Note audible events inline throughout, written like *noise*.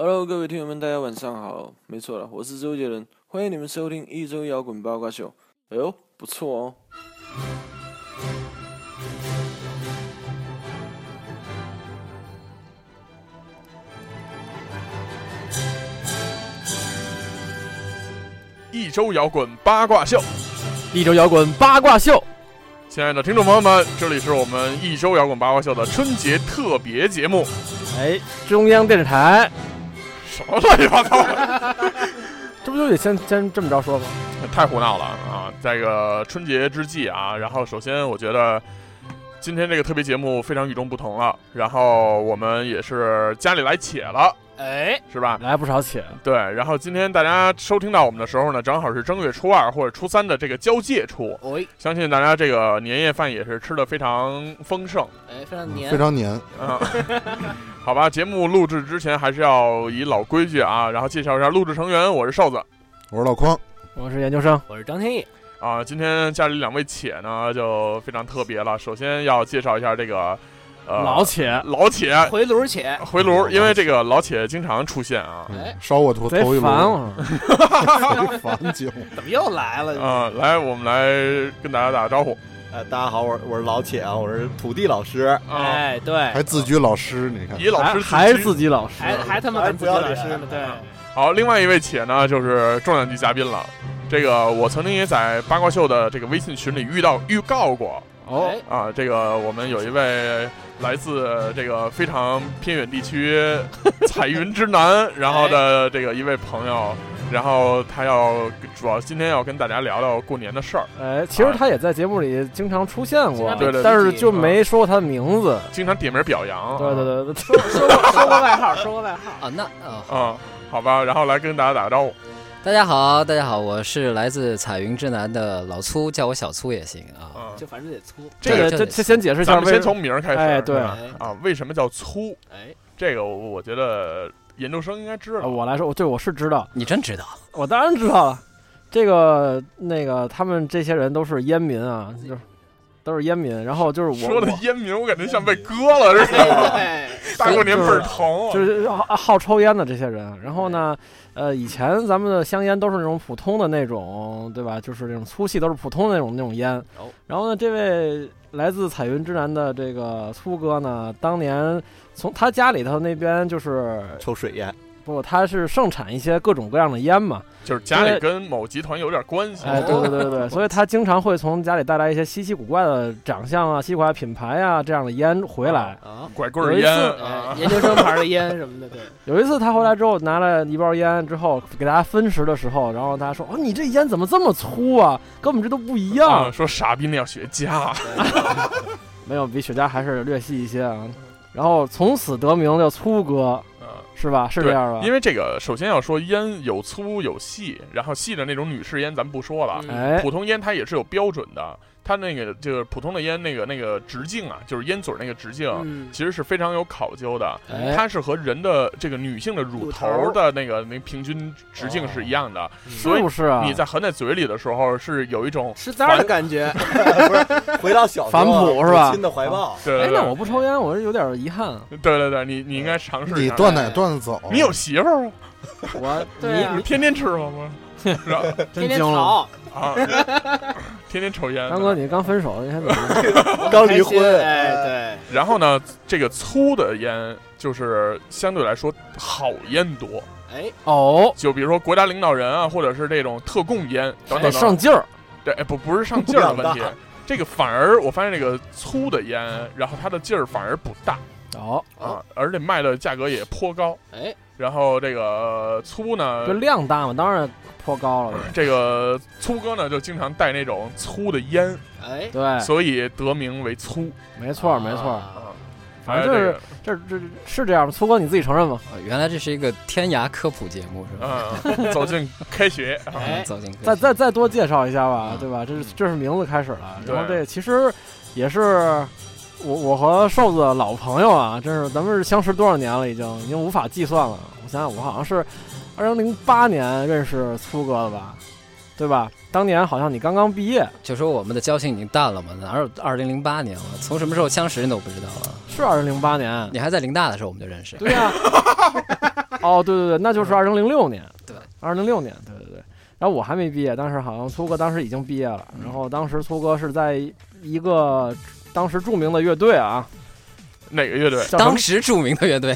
各位听友们，大家晚上好。没错了，我是周杰伦，欢迎你们收听一周摇滚八卦秀。哎呦，不错哦。一周摇滚八卦秀，一周摇滚八卦秀，亲爱的听众朋友们，这里是我们一周摇滚八卦秀的春节特别节目。哎，中央电视台，什 *laughs* 么乱七八糟的，这不就得先先这么着说吗？太胡闹了啊！在这个春节之际啊，然后首先我觉得今天这个特别节目非常与众不同了，然后我们也是家里来且啊了，哎，是吧？来不少且，对，然后今天大家收听到我们的时候呢，正好是正月初二或者初三的这个交界处，哎相信大家这个年夜饭也是吃的非常丰盛。哎，非常黏，嗯非常黏。啊， *laughs* 好吧，节目录制之前还是要以老规矩啊，然后介绍一下录制成员，我是瘦子我是老匡，我是研究生，我是张天翼，啊。今天家里两位且呢就非常特别了，首先要介绍一下这个呃老且，老且回炉儿且，回炉，因为这个老且经常出现啊。嗯哎烧我头贼头一烦啊轮，我， *laughs* 贼烦 *laughs* 节目。怎么又来了？啊、来，我们来跟大家打个招呼哎，大家好，我是我是老铁啊，我是土地老师。啊，哎，对，还自居老师，你看以老还师还是自自己老师，还还他妈还敢不自己哎要啊老脸师呢？对，哎好，另外一位且呢就是重量级嘉宾了。这个我曾经也在八卦秀的这个微信群里遇到预告过，哦，哎啊，这个我们有一位来自这个非常偏远地区彩云之南，然后的这个一位朋友，然后他要主要今天要跟大家聊聊过年的事儿，哎，其实他也在节目里经常出现经过常被，对但提是及就没说过他的名字。经常点名表扬。啊对对对，说说过说过外号，说过外号，啊，那啊、啊，好吧，然后来跟大家打个招呼。大家好，大家好，我是来自彩云之南的老粗，叫我小粗也行啊。啊，就反正得粗，哎这个这这先解释一下咱们为先什么，从名儿开始。哎对吧啊，为什么叫粗？哎，这个我我觉得研究生应该知呃道。我来说，对我是知道，你 *laughs* 真知道？我当然知道了。这个那个，他们这些人都是烟民啊，就是都是烟民。然后就是我说的我烟名，我感觉像被割了似的，哎，大过年倍儿 *laughs* 疼啊。就是好好抽烟的这些人。然后呢，呃，以前咱们的香烟都是那种普通的那种，对吧？就是那种粗细都是普通的那种那种烟哦。然后呢，这位来自彩云之南的这个粗哥呢，当年从他家里头那边就是抽水烟，不，他是盛产一些各种各样的烟嘛。就是家里跟某集团有点关系。哎，对对对对，所以他经常会从家里带来一些稀奇古怪的长相啊、稀奇古怪的品牌啊这样的烟回来。啊，拐棍儿烟哎啊，研究生牌儿的烟什么的，对，有一次他回来之后拿了一包烟之后给大家分食的时候，然后大家说：“哦，你这烟怎么这么粗啊？跟我们这都不一样啊。说傻逼那要学家，啊没有，比雪茄还是略细一些啊。然后从此得名叫粗哥，嗯，是吧？是这样吧因？为这个，首先要说烟有粗有细，然后细的那种女士烟咱不说了，嗯哎，普通烟它也是有标准的，它那个就是普通的烟那个那个直径啊，就是烟嘴儿那个直径。嗯，其实是非常有考究的，哎它是和人的这个女性的乳头的那个那平均直径哦是一样的，所是以不是啊？你在含在嘴里的时候是有一种吃渣儿的反感觉，不是回到小时反候哺是吧母亲的怀抱，对哎对，对那我不抽烟，我是有点遗 *laughs* 憾。对对对，你你应该尝试一你下，断奶断的 *laughs* 早，你有媳妇儿吗？我对啊你你天天吃吗？不 *laughs* 是，然后天真天惊了，吵，啊，天天抽烟。张哥，你刚分手，你还怎么？ *laughs* 刚离开心婚，哎，然后呢，这个粗的烟就是相对来说好烟多，对，哎，哦，就比如说国家领导人啊，或者是这种特供烟等等得哎上等。劲儿。对，哎不不是上劲儿的问不题长，这个反而我发现这个粗的烟，然后它的劲儿反而不大哦，啊，而且卖的价格也颇高。哎，然后这个粗呢就，量大嘛，当然颇高了。啊这个粗哥呢就经常带那种粗的烟，哎，对，所以得名为粗。没错没错，啊，啊，反正就是哎这这是这样吗？粗哥你自己承认吧。呃原来这是一个天涯科普节目是这个吧？嗯，走进开学。啊哎走进科学再再再多介绍一下吧，嗯对吧？这是这是名字开始了，对然后这其实也是。我我和瘦子老朋友啊，真是咱们是相识多少年了，已经已经无法计算了。我想想，我好像是二零零八年认识粗哥的吧，对吧？当年好像你刚刚毕业，就说我们的交情已经淡了嘛，哪有二零零八年了？从什么时候相识你都不知道了？啊是二零零八年， *laughs* 你还在林大的时候我们就认识，对呀、哦，对对对，那就是二零零六年，对，二零零六年，对对对。然后我还没毕业，但是好像粗哥当时已经毕业了。然后当时粗哥是在一个当时著名的乐队啊，哪个乐队？叫什么当时著名的乐队，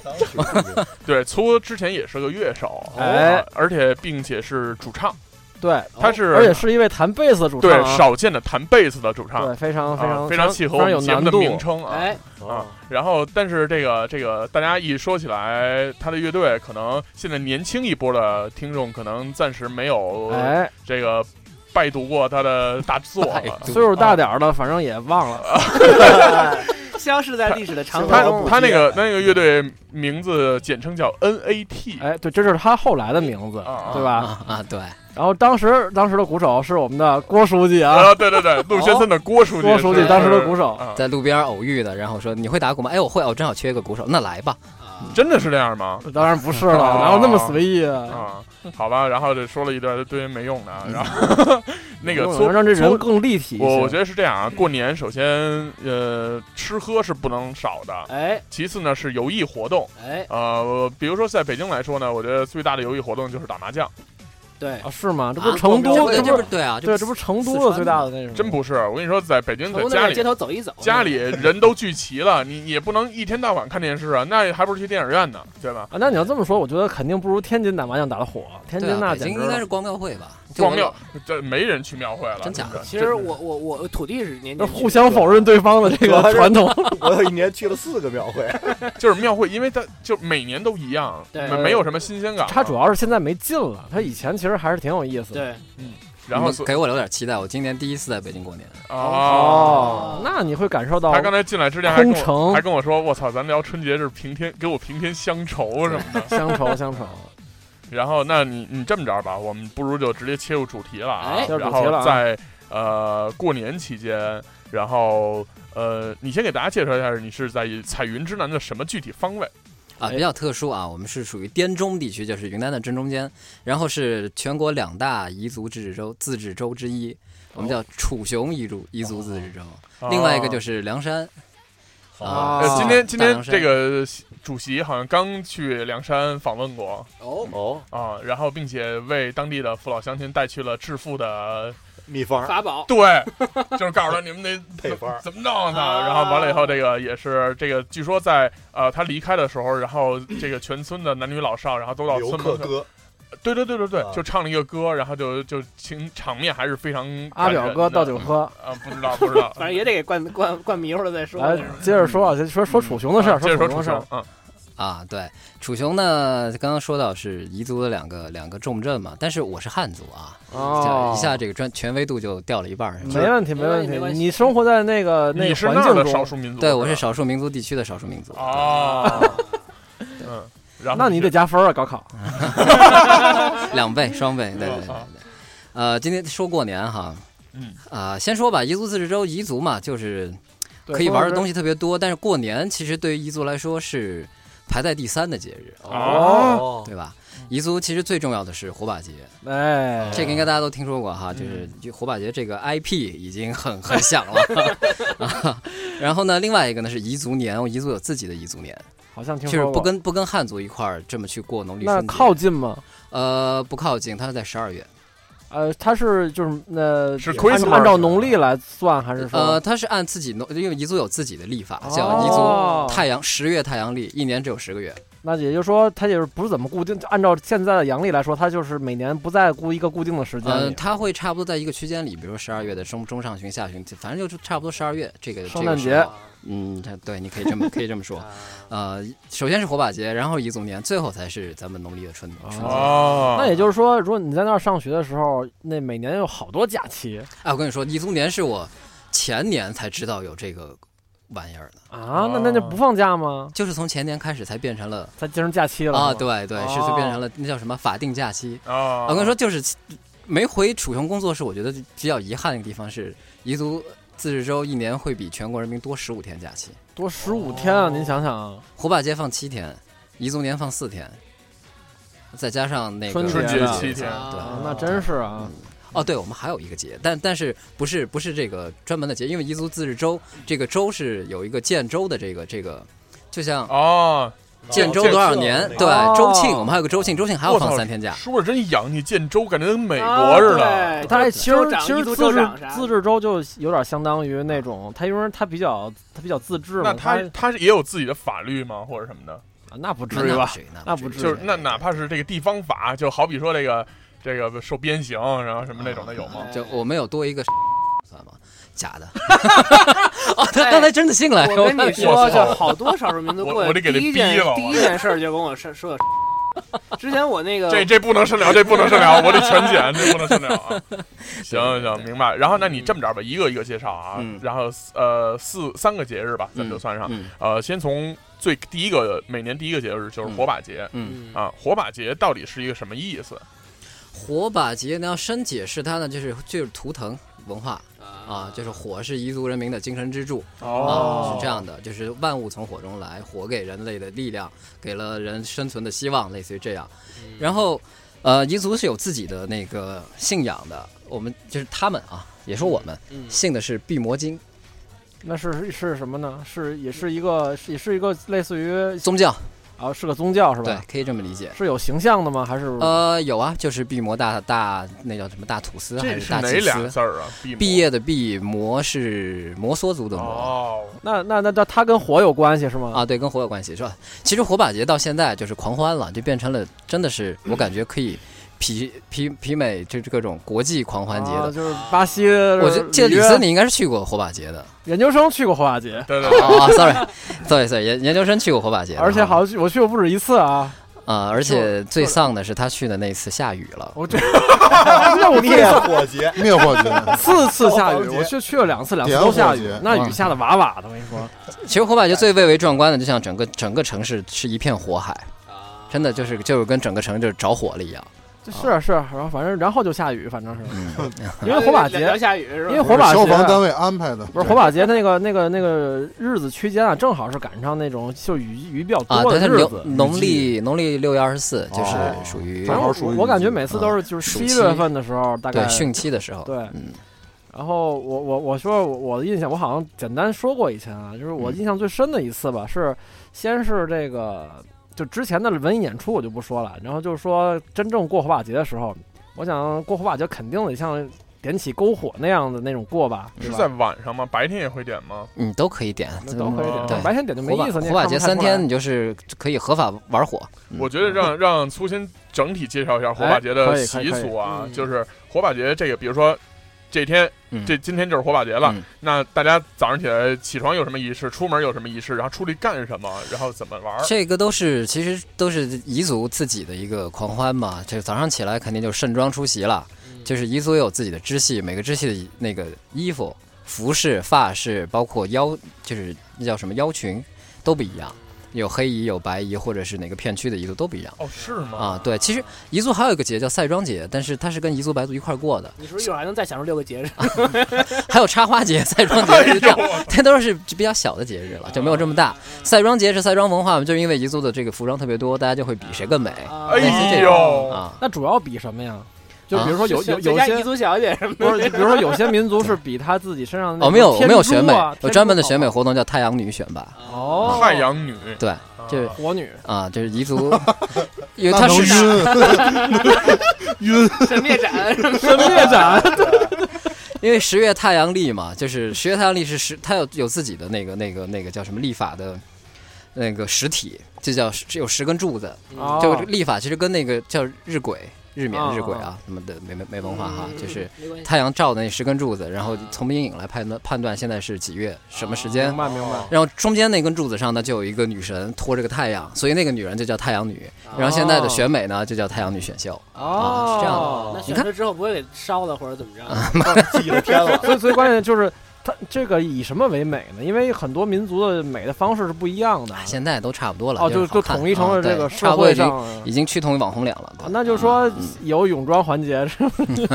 对，粗之前也是个乐手，哎啊而且并且是主唱，对，他是而且是一位弹贝斯的主唱对啊、少见的弹贝斯的主唱对，，非常非常、啊非常契合我非常有们节难目的度。名称啊。哎，啊，然后，但是这个这个，大家一说起来，他的乐队可能现在年轻一波的听众可能暂时没有哎，这个拜读过他的大作拜啊。读岁数大点儿了，反正也忘了。 *laughs* 消失在历史的长河他中。他那个那个乐队名字简称叫 NAT，哎，对，这就是他后来的名字，啊对吧？啊啊，对，然后当时当时的鼓手是我们的郭书记啊，啊，对对对，陆先生的郭书记是，郭书记当时的鼓手啊，在路边偶遇的，然后说你会打鼓吗？哎，我会，我正好缺一个鼓手，那来吧。啊真的是这样吗？当然不是哦 *laughs* 了，哪有那么随意啊？啊，好吧，然后就说了一堆堆没用的，啊然后 *laughs* 那个嗯我粗能让这人粗更立体一些。我我觉得是这样啊，过年首先呃吃喝是不能少的，哎其次呢是游艺活动，哎，呃，比如说在北京来说呢，我觉得最大的游艺活动就是打麻将，嗯对，啊，是吗？这不啊是成这都，不这不不对啊，对，不这不是成都的最大的那什么？真不是，我跟你说，在北京成在都那家边街里。头走一走，家里人都聚齐了，你你也不能一天到晚看电视啊，那还不如去电影院呢，对吧？啊，那你要这么说，我觉得肯定不如天津打麻将打得火。天津对啊，那北简京直应该了是光庙会吧？就光我庙这没人去庙会了，真假的。嗯其实我我我土地是年就年互相否认对方的这个主要是传统。我有一年去了四个庙会，就是 *laughs* 庙会，因为它就每年都一样，对没没有什么新鲜感了。他主要是现在没劲了，他以前其实还是挺有意思的。对然你后们所给我留点期待，我今哎年啊第一次在北京过年。哦，那你会感受到他刚才进来之前还跟空我城还跟我说：“我操，咱聊春节是平添给我平添乡愁什么的。乡愁乡 *laughs* 愁。然后，那你你这么着吧，我们不如就直接切入主题了啊。哎切入主然题了后啊在呃过年期间，然后呃，你先给大家介绍一下，你是在彩云之南的什么具体方位？。啊，哎比较特殊啊，我们是属于滇中地区，就是云南的正中间，然后是全国两大彝族自治州自治州之一，我们叫楚雄彝族彝族自治州，另外一个就是是凉山。啊啊哦呃，今天今大天凉山这个主席好像刚去凉山访问过哦，哦，啊，然后并且为当地的父老乡亲带去了致富的 *laughs* 秘方法宝对，就是告诉他你们得 *laughs* 配方怎么弄呢？啊，然后完了以后，这个也是这个，据说在呃他离开的时候，然后这个全村的男女老少，然后都到游村客门口，歌，对对对对对啊，就唱了一个歌，然后就就情场面还是非常阿感人表哥的倒酒喝，啊，不知道不知道啊反正也得给灌灌灌迷糊了再说。来接着说啊，说说楚雄的事啊儿，接着楚说雄的事雄儿。，嗯，啊，对，楚雄呢，刚刚说到是彝族的两个两个重镇嘛，但是我是汉族啊，哦，一下这个专权威度就掉了一半儿。没问题，没没问问题没关题。系你生活在那个那你个是环那儿境的少中，数民族，对，我是是吧少数民族地区的少数民族。哦，嗯，然后 *laughs* 那你得加分儿啊，高考。两嗯倍、双倍，对对对对啊对。呃，今天说过年哈，嗯，啊、先说吧，彝族自治州，彝族嘛，就是对可以玩的东西西特别多，但是过年其实对于彝族来说是排在第三的节日，哦，对吧？彝族其实最重要的是火把节，哎，这个应该大家都听说过嗯哈，就是就火把节这个 IP 已经很很响了。 *laughs* 啊然后呢，另外一个呢是彝族年，彝族有自己的彝族年，好像听就说是过不跟不跟汉族一块儿这么去过农历那春节。靠近吗？呃不靠近，它是在十二月。呃，它是就是呃，是按 Christmas 按照农历来算还是说？呃，它是按自己农，因为彝族有自己的历法，叫哦彝族太阳十月太阳历，一年只有十个月。那也就是说，它也是不是怎么固定？按照现在的阳历来说，它就是每年不在固一个固定的时间嗯、里。它会差不多在一个区间里，比如十二月的中中上旬、下旬，反正就是差不多十二月这个圣诞节这个时啊候嗯，它对，你可以这么可以这么说。呃，首先是火把节，然后彝族年，最后才是咱们农历的春春节。哦，那也就是说，如果你在那儿上学的时候，那每年有好多假期哎，我跟你说，彝族年是我前年才知道有这个玩意儿的，啊，那那就不放假吗？就是从前年开始才变成了才进入假期了啊，是吗，哦对对，是就变成了那叫什么法定假期。哦，我跟你说，就是没回楚雄工作室，我觉得比较遗憾的一个地方是，彝族自治州一年会比全国人民多十五天假期，多十五天啊！您想想啊，火把节放七天，彝族年放四天，再加上那个春春节节呢七天，对啊那真是啊嗯，哦，对，我们还有一个节，但但是不是不是这个专门的节，因为彝族自治州这个州是有一个建州的这个这个，就像哦，建州多少年？对哦，周庆，我们还有个周庆，周庆还要我放操三天假。说着真洋气，建州感觉跟美国似哦的。啊 *laughs* 啊对但是其实州长其实一族自州治长啥的自治州就有点相当于那种，他因为他比较他比较自治嘛，那他他是也有自己的法律吗，或者什么的？啊那不那至于那吧不？至于，那不不至于至于就是那哪怕是这个地方法，就好比说这个这个受鞭刑，然后什么那种的有吗？就我们有多一个算吗？*laughs* 假的。哦，他刚才真的信了。哎我跟你我 *laughs* 说，操就好多少数民 *laughs* 族我过我来，得给第他一件逼了第一件事儿就跟我说说。 *laughs* 之前我那个这这不能深聊，这不能深聊， *laughs* 我得全剪，这不能深聊啊。行行行，明白。然后那你这么着吧，一个一个介绍啊嗯。然后呃四三个节日吧，咱就算上。嗯呃，先从最第一个每年第一个节日就是火把节嗯，嗯啊。火把节到底是一个什么意思？火把节呢，深解释它呢，就是就是图腾文化啊，就是火是彝族人民的精神支柱。哦啊，是这样的，就是万物从火中来，火给人类的力量，给了人生存的希望，类似于这样。然后，呃，彝族是有自己的那个信仰的，我们就是他们啊，也说我们嗯信的是《毕摩经》那是是什么呢？是也是一个是也是一个类似于宗教，啊是个宗教是对吧？，可以这么理解。是有形象的吗？还是呃，有啊，就是毕摩大大那叫什么大土司还这是是大哪祭俩司？字儿啊？毕毕业的毕，摩是摩梭族的摩。哦，那那那那它跟火有关系是吗？啊，对，跟火有关系是吧？其实火把节到现在就是狂欢了，就变成了真的是我感觉可以媲媲媲美这各种国际狂欢节啊的。就是巴西，我觉得里记得李约森你应该是去过火把节的研究生去过火把节，对对对，啊，sorry，sorry sorry，研研究生去过火把节的哈，而且好像去我去过不止一次啊。啊、而且最丧的是他去的那次下雨了， *laughs* 我这那我灭最火节，灭火 *laughs* 节，四次 *laughs* 下雨，消防节我去去了两次，两次点都火下雨节，那雨嗯下的哇哇的，我跟你说。其实火把节最蔚为壮观的，就像整个整个城市是一片火海，啊真的就是就是跟整个城市就是着火了一样。这是啊是啊，然后反正然后就下雨，反正是嗯， *laughs* 因为火把聊节，下雨是吧？因为火把节消防单位安排的，不是火把节，它那个那个那个日子区间啊，正好是赶上那种就雨雨比较啊，多对，的它日农子。农历农历六月二十四就是哦属于正好我属于雨我感觉季每次都是就是啊暑七期月份的时候，大概对汛期的时候，对嗯，然后我我我说我我的印象，我好像简单说过以前啊，就是我嗯印象最深的一次吧，是先是这个就之前的文艺演出我就不说了，然后就是说真正过火把节的时候，我想过火把节肯定得像点起篝火那样的那种过吧，对是吧在晚上吗？白天也会点吗？你都可以点，那都可以点，哦但白天点就没火把意思。你也火把看不节太三出来天，你就是可以合法玩火。嗯我觉得让让粗心整体介绍一下火把节哎的可以可以习俗啊可以，嗯就是火把节这个，比如说这天嗯这今天就是火把节了嗯，那大家早上起来起床有什么仪式，出门有什么仪式，然后出去干什么，然后怎么玩儿？这个都是其实都是彝族自己的一个狂欢嘛，这早上起来肯定就盛装出席了，嗯就是彝族有自己的支系，每个支系的那个衣服、服饰、发饰，包括腰，就是那叫什么腰裙都不一样，有黑彝、有白彝，或者是哪个片区的彝族都不一样。哦，是吗？啊，对，其实彝族还有一个节叫赛庄节，但是它是跟彝族白族一块儿过的，你是不是一会儿还能再享受六个节日？还有插花节、赛庄节哎是这样，呦，这都是比较小的节日啊了，就没有这么大。哦赛庄节是赛庄文化嘛，就是因为彝族的这个服装特别多，大家就会比谁更美啊类似哎这种呦，啊。那主要比什么呀？就比如说有有谁有家些彝族小姐什么不是，就比如说有些民族是比他自己身上的那我们哦有种我们有天选珠美啊，有天专门珠的好选美吗活动叫太阳女选拔哦太阳女，对啊，这火 *laughs* 女。啊，就是 *laughs* 彝族，因为那它能是晕 *laughs* 晕，神灭 *laughs* 展什么神灭展，因为十月太阳历嘛，就是十月太阳历是十，它有有自己的那个那个那个叫什么历法的，那个实体，就叫是有十根柱子，就哦历法其实跟那个叫日晷、日冕、哦日晷啊什么的没没没文化哈，啊就是没关系太阳照的那十根柱子，然啊后从阴影来判断判断现在是几月什么时间明。白明白。然后中间那根柱子上呢，就有一个女神托着个太阳，所以那个女人就叫太阳女。然后现在的选美呢，就叫太阳女选秀。哦，啊是这样的啊那的。选择之后不会给烧了或者怎么着？记了天了。所以最关键就是它这个以什么为美呢？因为很多民族的美的方式是不一样的。啊现在都差不多了，哦，就是就就好看统一成了啊对这个差社不多会已经上啊。已经趋同于网红脸了。对那就说嗯有泳装环节， *laughs* 你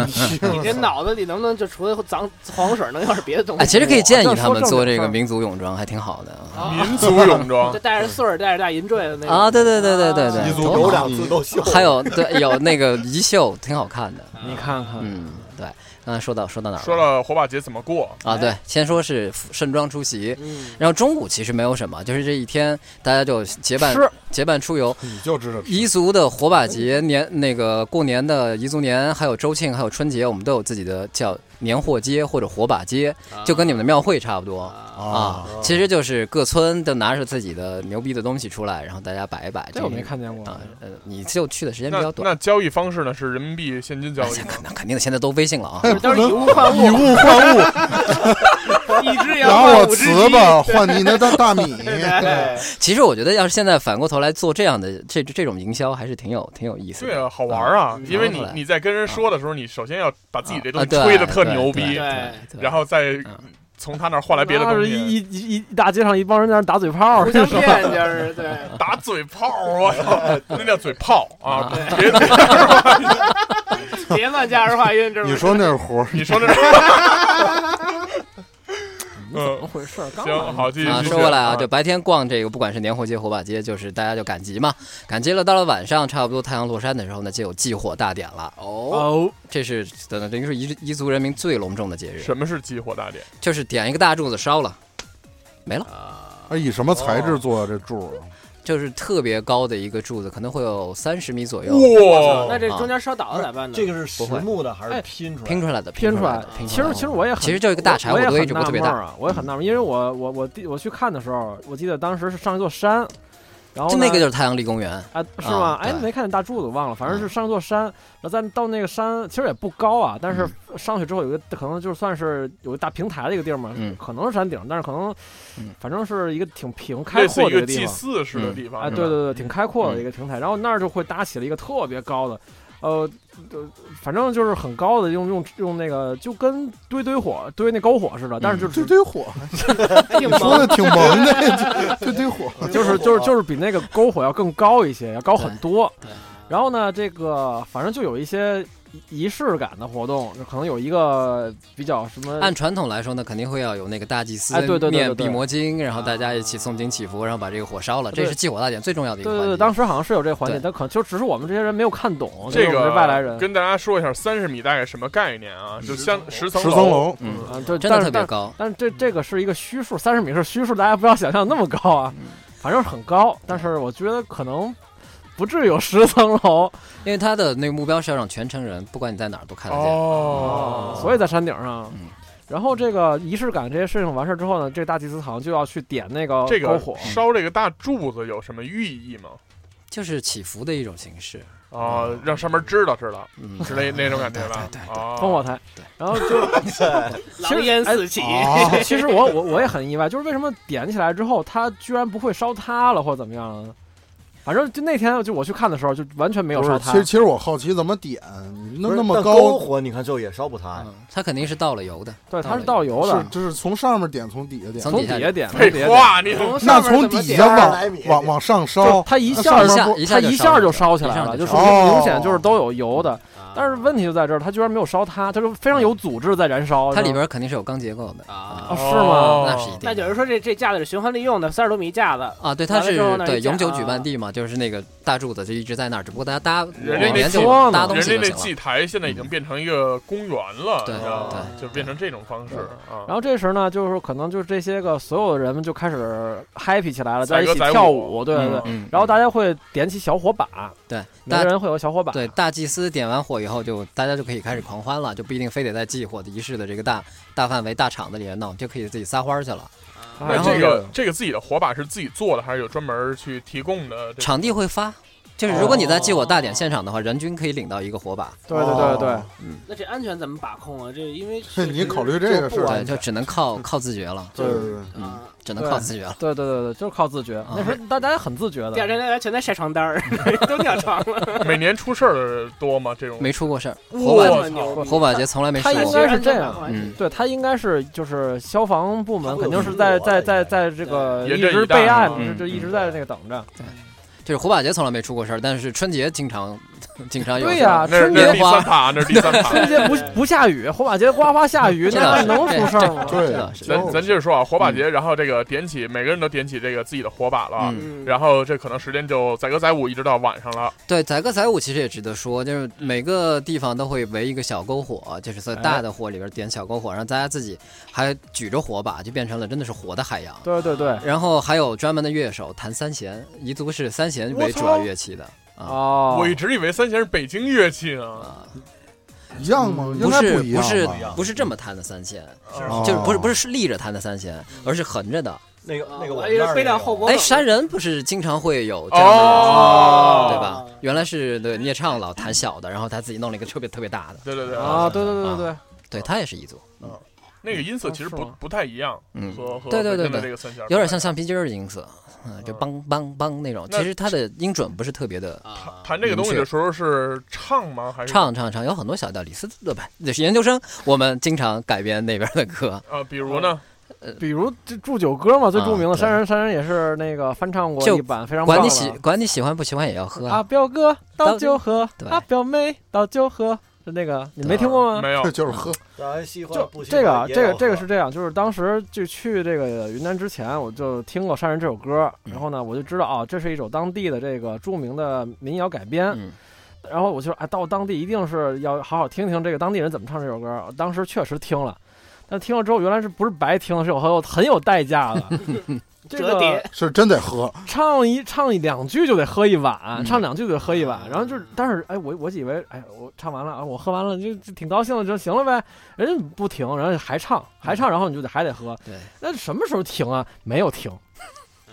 这脑子里能不能就除了脏黄水，能有点别的东西？哎，其实可以建议他们做这这事个儿民族泳装，还挺好的啊民族泳 *laughs* 装就，带着穗儿，带着大银坠的那种啊！对对对对对对，彝族多有好有两次都秀，还有对有那个一秀挺好看的，你看看，嗯，对，刚才说到说到哪儿了？说了火把节怎么过，啊，对，先说是盛装出席，嗯，然后中午其实没有什么，就是这一天大家就结伴吃结伴出游。你就知道彝族的火把节、年那个过年的彝族年，还有周庆，还有春节，我们都有自己的叫年货街或者火把街，啊就跟你们的庙会差不多啊。其实就是各村都拿着自己的牛逼的东西出来，然后大家摆一摆。这我没看见过啊，呃，你就去的时间比那较那短。交易方式呢是人民币现金交哎易呀吗？那肯定的，现在都微信了啊。哎， *laughs* 都不是以能物换以物，物换物，一只拿羊换我五只糍鸡。粑换你那大大米，对，其实我觉得，要是现在反过头来做这样的这这种营销，还是挺有挺有意思的。对啊，好玩儿啊！嗯因为拿你出来你在跟人说的时候，你首先要把自己这东西啊吹的特牛对逼对，对对然后再嗯从他那儿换来别的那东是一西，一一一大街上一帮人在那打嘴炮互，相骗就是对。打嘴炮，我 *laughs* 操，那叫嘴炮啊！别别乱加儿化音，这不你是说那是活儿？你说这是怎么回事？*laughs* 刚行好，继续啊，继续说回来啊，就白天逛这个，不管是年货街、火把街，就是大家就赶集嘛，赶集了。到了晚上，差不多太阳落山的时候呢，就有祭火大典了。哦，哦，这是等等于是彝彝族人民最隆重的节日，什么是激活大典？就是点一个大柱子烧了，哎，以什么材质做的这柱儿啊？就是特别高的一个柱子，可能会有三十米左右那哇，啊这中间烧倒了咋办呢？这个是实木的还是拼出来的？拼出来的，拼出出来来的。。嗯拼其出来实的其实我也很，其实就是一个大柴火我也堆，很只不纳过特别闷大儿。啊，我也很纳闷儿，因为我我我第我去看的时候，我记得当时是上一座山，然后就呢那个就是太阳丽公园，啊，是吗？啊哎，对嗯没看见大柱子，忘了，反正是上座山，然后再到那个山，其实也不高啊，但是上去之后有一个可能就算是有个大平台的一个地儿嘛，嗯可能是山顶，但是可能嗯反正是一个挺平开类似阔一的个一个地祭方，祀式的地方哎，是对对吧对，挺开阔嗯的一个平台，然后那儿就会搭起了一个特别高的，呃。呃，反正就是很高的，用用用那个，就跟堆堆火、堆那篝火似的，但嗯是就这是、堆火，硬你说蒙的挺萌的，这这堆火，就是就是就是比那个篝火要更高一些，要高很多。对对然后呢，这个反正就有一些仪仪式感的活动，可能有一个比较什么按传统来说呢，肯定会要有那个大祭司呃哎对对对对念对啊毕魔经，然后大家一起诵经祈福，然后把这个火烧了，对这是祭火大典最重要的一对对个环节。对，当时好像是有这个环节，对但可能就只是我们这些人没有看懂，这就是我个们外来人，跟大家说一下，三十米大概什么概念啊？就像十层哦十层楼，嗯，啊，对，真的但特是别但高。但是这这个是一个虚数，三十米是虚数，大家不要想象那么高啊，嗯反正很高，但是我觉得可能不至于有十层楼，因为他的那个目标是要让全城人，不管你在哪儿都看得见。哦， *laughs* 所以在山顶上嗯。然后这个仪式感这些事情完事儿之后呢，这个大祭司好像就要去点那个哦这篝个火，烧这个大柱子有什么寓意吗？就是祈福的一种形式，啊，让上面知道知道，嗯，是那那种感觉吧哦对对？对啊，烽火台对，然 *laughs* 后就狼烟四起，啊，其实我我我也很意外，就是为什么点起来之后，它居然不会烧塌了，或者怎么样呢？反正就那天就我去看的时候，就完全没有不烧是，塌其。实其实我好奇怎么点，那那么但高，火，你看最后也烧不啊塌呀。嗯，他肯定是倒了油的，对，它是倒油的是，就是从上面点，从底下点，从从底底下下点，从底废下点。话，嗯你那从底下上往来米往往上就烧，它一哦上下面一下不一它下一下下就烧起来了，就就说烧了明哦明显就是都有油的。但是问题就在这儿，它居然没有烧塌，它就非常有组织在燃烧。它是里吧边肯定是有钢结构的啊哦是吗那是一定的。那就是说这这架子是循环利用的，三十多米架子，啊，对，它完了是之后呢对一下永久举办地嘛，就是那个大柱子就一直在那儿，只不过大家搭人家往那年就说呢搭东人西家就那行祭了。台现在已嗯经变成一个公园了，对你知道吗对就变成这种方式啊。然后这时呢，就是可能就是这些个所有的人们就开始 happy 起来了，载在一歌起载跳舞舞，对对对。嗯，然后大家会点起小火把，对每大个人会有小火把，啊对，大祭司点完火以后就，大家就可以开始狂欢了，就不一定非得在祭火的仪式的这个大大范围大场子里面弄，就可以自己撒欢儿去了。啊那然后这个这个自己的火把是自己做的，还是有专门去提供的？这场地会发，就是如果你在祭火大典现场的话，人均可以领到一个火把，对对对对，哦啊那这安全怎么把控啊？这因 *laughs* 为你考虑这个事儿对，就只能靠靠自觉了，对对对，嗯啊，只能靠自觉了。啊嗯对对对对，就是靠自觉。那时候大家很自觉的，第二天大家全在晒床单儿，都尿床了，每年出事儿的多吗？这种没出过事儿，火哇把我牛逼！火把节从来没他试应过。该是这样嗯，对他应该是就是消防部门他肯会定有是巡在逻在的在应在这个严一阵以直待备案嘛，就就一直在那个等着。就是火把节从来没出过事儿，但是春节经常经常有对是吧呀，那是春那是节第三趴，那是第三 *laughs* 趴。春节哎不不下雨，火把节哗哗下雨，这倒那是能出事儿吗？对是的是咱咱接着说啊，火把节，然后这个点起，每个人都点起这个自己的火把了啊，嗯嗯然后这可能时间就载歌载舞一直到晚上了。对，载歌载舞其实也值得说，就是每个地方都会围一个小篝火，就是在大的火里边点小篝火，然后大家自己还举着火把，就变成了真的是火的海洋。对对对，然后还有专门的乐手弹三弦，彝族是三弦为主要乐器的啊。哦，我一直以为三弦是北京乐器呢，啊，一样吗？应嗯不该是一不样是吧？不是这么弹的三弦，哦就是不是不是是立着弹的三弦，而是横着的。那个那个我啊我们那儿背也有到后脖梗哎，了山人不是经常会有这样的乐器吗，哦对吧？原来是对聂畅老弹小的，然后他自己弄了一个特别特别大的，对对对，哦啊，对对对对对，对他也是彝族，那个音色其实是不吗不太一样，嗯，和和哦对对北对京的对这，个三弦有点像橡皮筋儿的音色，嗯，就嗯梆梆梆那种。那其实它的音准不是特别的啊弹这个东西明的确时候是唱吗？还是唱唱唱，有很多小调。李斯特吧，也是研究生，我们经常改编那边的歌。啊？比如哦呢？呃比如这祝酒歌嘛，最著名的啊山人，山人也是那个翻唱过就一版，非常棒管的。你喜管你喜欢不喜欢，也要喝啊，。表哥倒倒酒喝对，啊，表妹倒酒喝，就那个你没对听过吗？没有这 *laughs* 就是喝，咱西欢就不喜欢这个啊，也这个有这个喝是这样，就是当时就去这个云南之前，我就听过《山人》这首歌，然后呢，我就知道啊，这是一首当地的这个著名的民谣改编。嗯，然后我就说，哎，到当地一定是要好好听听这个当地人怎么唱这首歌。我当时确实听了，但听了之后，原来是不是白听的，是有很有很有代价的。这折个叠是真得喝。唱一唱一两句就得喝一碗，嗯唱两句就得喝一碗，然后就是，但是哎，我我以为哎，我唱完了啊，我喝完了就就挺高兴的就行了呗，人家不停，然后还唱还唱，然后你就得还得喝，对，那什么时候停啊？没有停，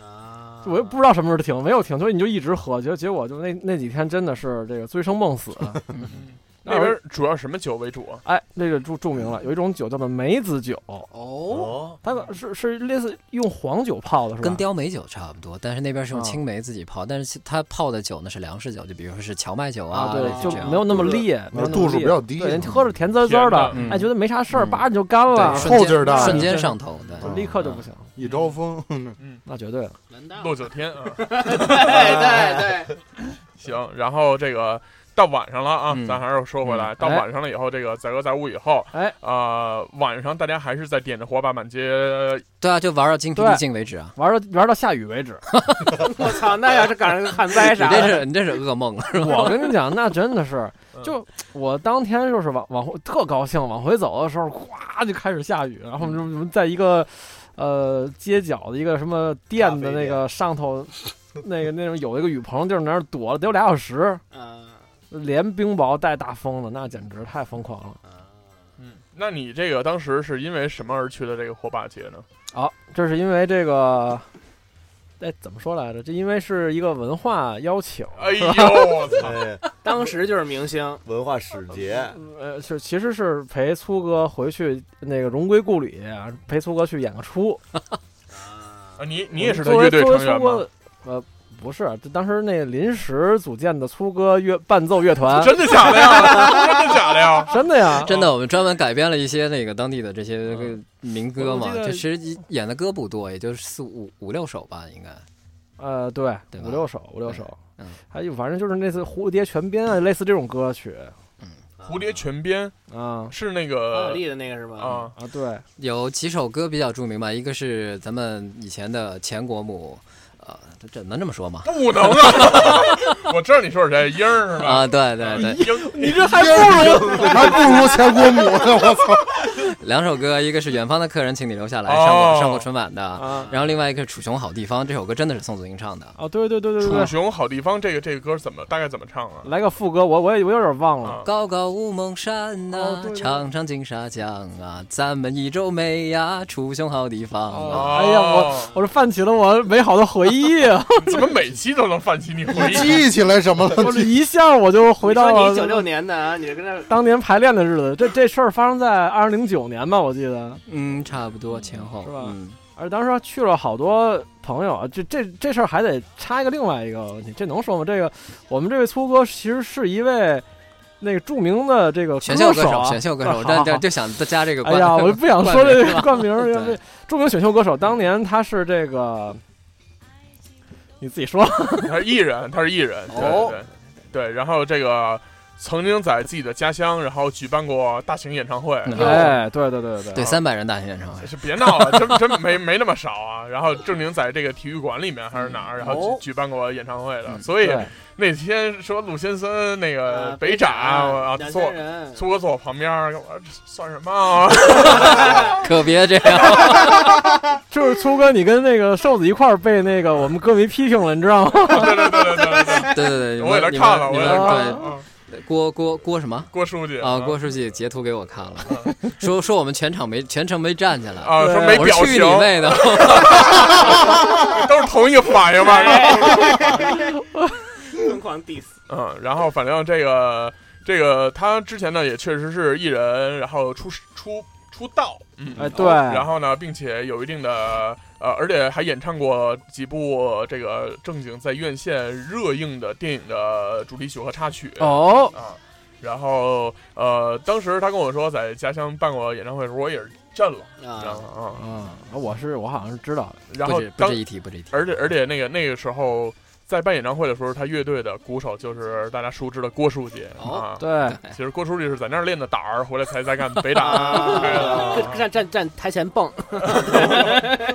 啊我也不知道什么时候停，没有停，所以你就一直喝，结结果就那那几天真的是这个醉生梦死。那边主要什么酒为主啊？哎，那个著著名了，有一种酒叫做梅子酒，哦，哦，它是是类似用黄酒泡的，是吧？跟雕梅酒差不多，但是那边是用啊青梅自己泡，但是它泡的酒呢是粮食酒，就比如说是荞麦酒啊，类对，似就这样没有那么烈，没有那么度数比烈较低，啊对，人喝着甜滋滋甜的的，嗯哎，觉得没啥事儿，嗯叭你就干了对，后劲儿大瞬真间是上头，对，嗯立 *laughs* 刻就不行，一招风，那绝对了。难道 *laughs* 落九天啊， *laughs* 对对对，行。然后这个到晚上了啊，嗯咱还是说回来，嗯到哎晚上了以后，这个载歌载舞以后，哎，呃，晚上大家还是在点着火把满街对啊，就玩到精疲对力尽为止啊。玩到玩到下雨为止，我操，那要是赶上个旱灾你啥这的，是你这是噩梦，是吧？ *laughs* 我跟你讲，那真的是嗯，就我当天就是往往回特高兴，往回走的时候，咵就开始下雨，然后我嗯们就我们在一个呃街角的一个什么店的那个上头，那个那种有一个雨棚地儿，那儿躲了得有俩小时，嗯连冰雹带大风的，那简直太疯狂了。嗯，那你这个当时是因为什么而去的这个火把节呢？好、这是因为这个，哎，怎么说来着？这因为是一个文化邀请，哎呦，我 *laughs* 操！哎，当时就是明星，文化使节，呃，是其实是陪粗哥回去那个荣归故里，啊陪粗哥去演个出。啊你你也是他作为乐队作为成员粗吗？哥，呃，不是，这当时那临时组建的粗哥乐伴奏乐团，真的假的 *laughs* 呀？真的假的呀？真的呀，真的，我们专门改编了一些那个当地的这些个嗯民歌我嘛，记得就其实演的歌不多，也就是四五五六首吧，应该。呃，对，对吧五六首，五六首嗯，还有反正就是类似《蝴蝶泉边》啊，类似这种歌曲蝴蝶泉边啊是那奥个地利的那个是吧？啊，*laughs* 啊，对，有几首歌比较著名吧，一个是咱们以前的前国母，呃，这这能这么说吗？不能啊！ *laughs* 我知道你说是谁，英儿是嗯吧？啊，对对哎对，英你这还还不如前国母呢！我操，两首歌，一个是《远方的客人，请你留下来》，哦上过上过春晚的，啊然后另外一个是《楚雄好地方》，这首歌真的是宋祖英唱的，啊，对对对对楚对，雄好地方这个这个歌怎么大概怎么唱啊？来个副歌，我我也我有点忘了。啊，高高乌蒙山呐、哦对对长长金沙江啊，咱们益州美呀，楚雄好地方啊。哦哎呀我这泛起了我美好的回忆 *laughs* 啊！我怎么每期都能泛起你回忆？记起来什么了？我这一下我就回到你说了你九六年的啊，你这跟那当年排练的日子。这这事儿发生在二零零九年吧，我记得。嗯，差不多前后是吧嗯，而当时还去了好多朋友啊，这这这事儿还得插一个另外一个问题，这能说吗？这个我们这位粗哥其实是一位那个著名的这个选秀歌手，啊选秀 *laughs* 歌手，啊但好就好就想加这个哎冠。呀，我就不想说这个冠名儿，对因为著名选秀歌手，当年他是这个，你自己说，他是艺人，他是艺人，对哦对。对，然后这个曾经在自己的家乡，然后举办过大型演唱会，哎，对对对对对，三百人大型演唱会，是别闹了，真真没没那么少啊。然后正经在这个体育馆里面还是哪儿，然后哦举举办过演唱会的，嗯所以对，那天说陆先生那个啊北展我啊，两坐千人，苏哥坐我旁边儿，我说这算什么啊？ *laughs* 可别这样， *laughs* 就是粗哥，你跟那个瘦子一块儿被那个我们歌迷批评了，你知道吗？对对对对对对对对对，我也来你看了，们我你也们来看对了。嗯郭郭郭什么郭书记嗯啊？郭书记截图给我看了， *laughs* 说说我们全场没全程没站起来。啊，说没我表说去情，你 *laughs* 妹的！都是同一个反应吧？疯狂 diss， *laughs* 嗯，然后反正这个这个他之前呢也确实是艺人，然后出出出道，嗯，哎，对，然后呢，并且有一定的呃，而且还演唱过几部这个正经在院线热映的电影的主题曲和插曲哦，啊。然后呃，当时他跟我说在家乡办过演唱会的时候，我也是震了，然后啊，啊，嗯，我是我好像是知道的，然不后止不当止一提，不止一提。而且而且那个那个时候在办演唱会的时候，他乐队的鼓手就是大家熟知的郭书记、哦啊。对，其实郭书记是在那儿练的胆儿，回来才才干北打。对啊啊站站站台前蹦，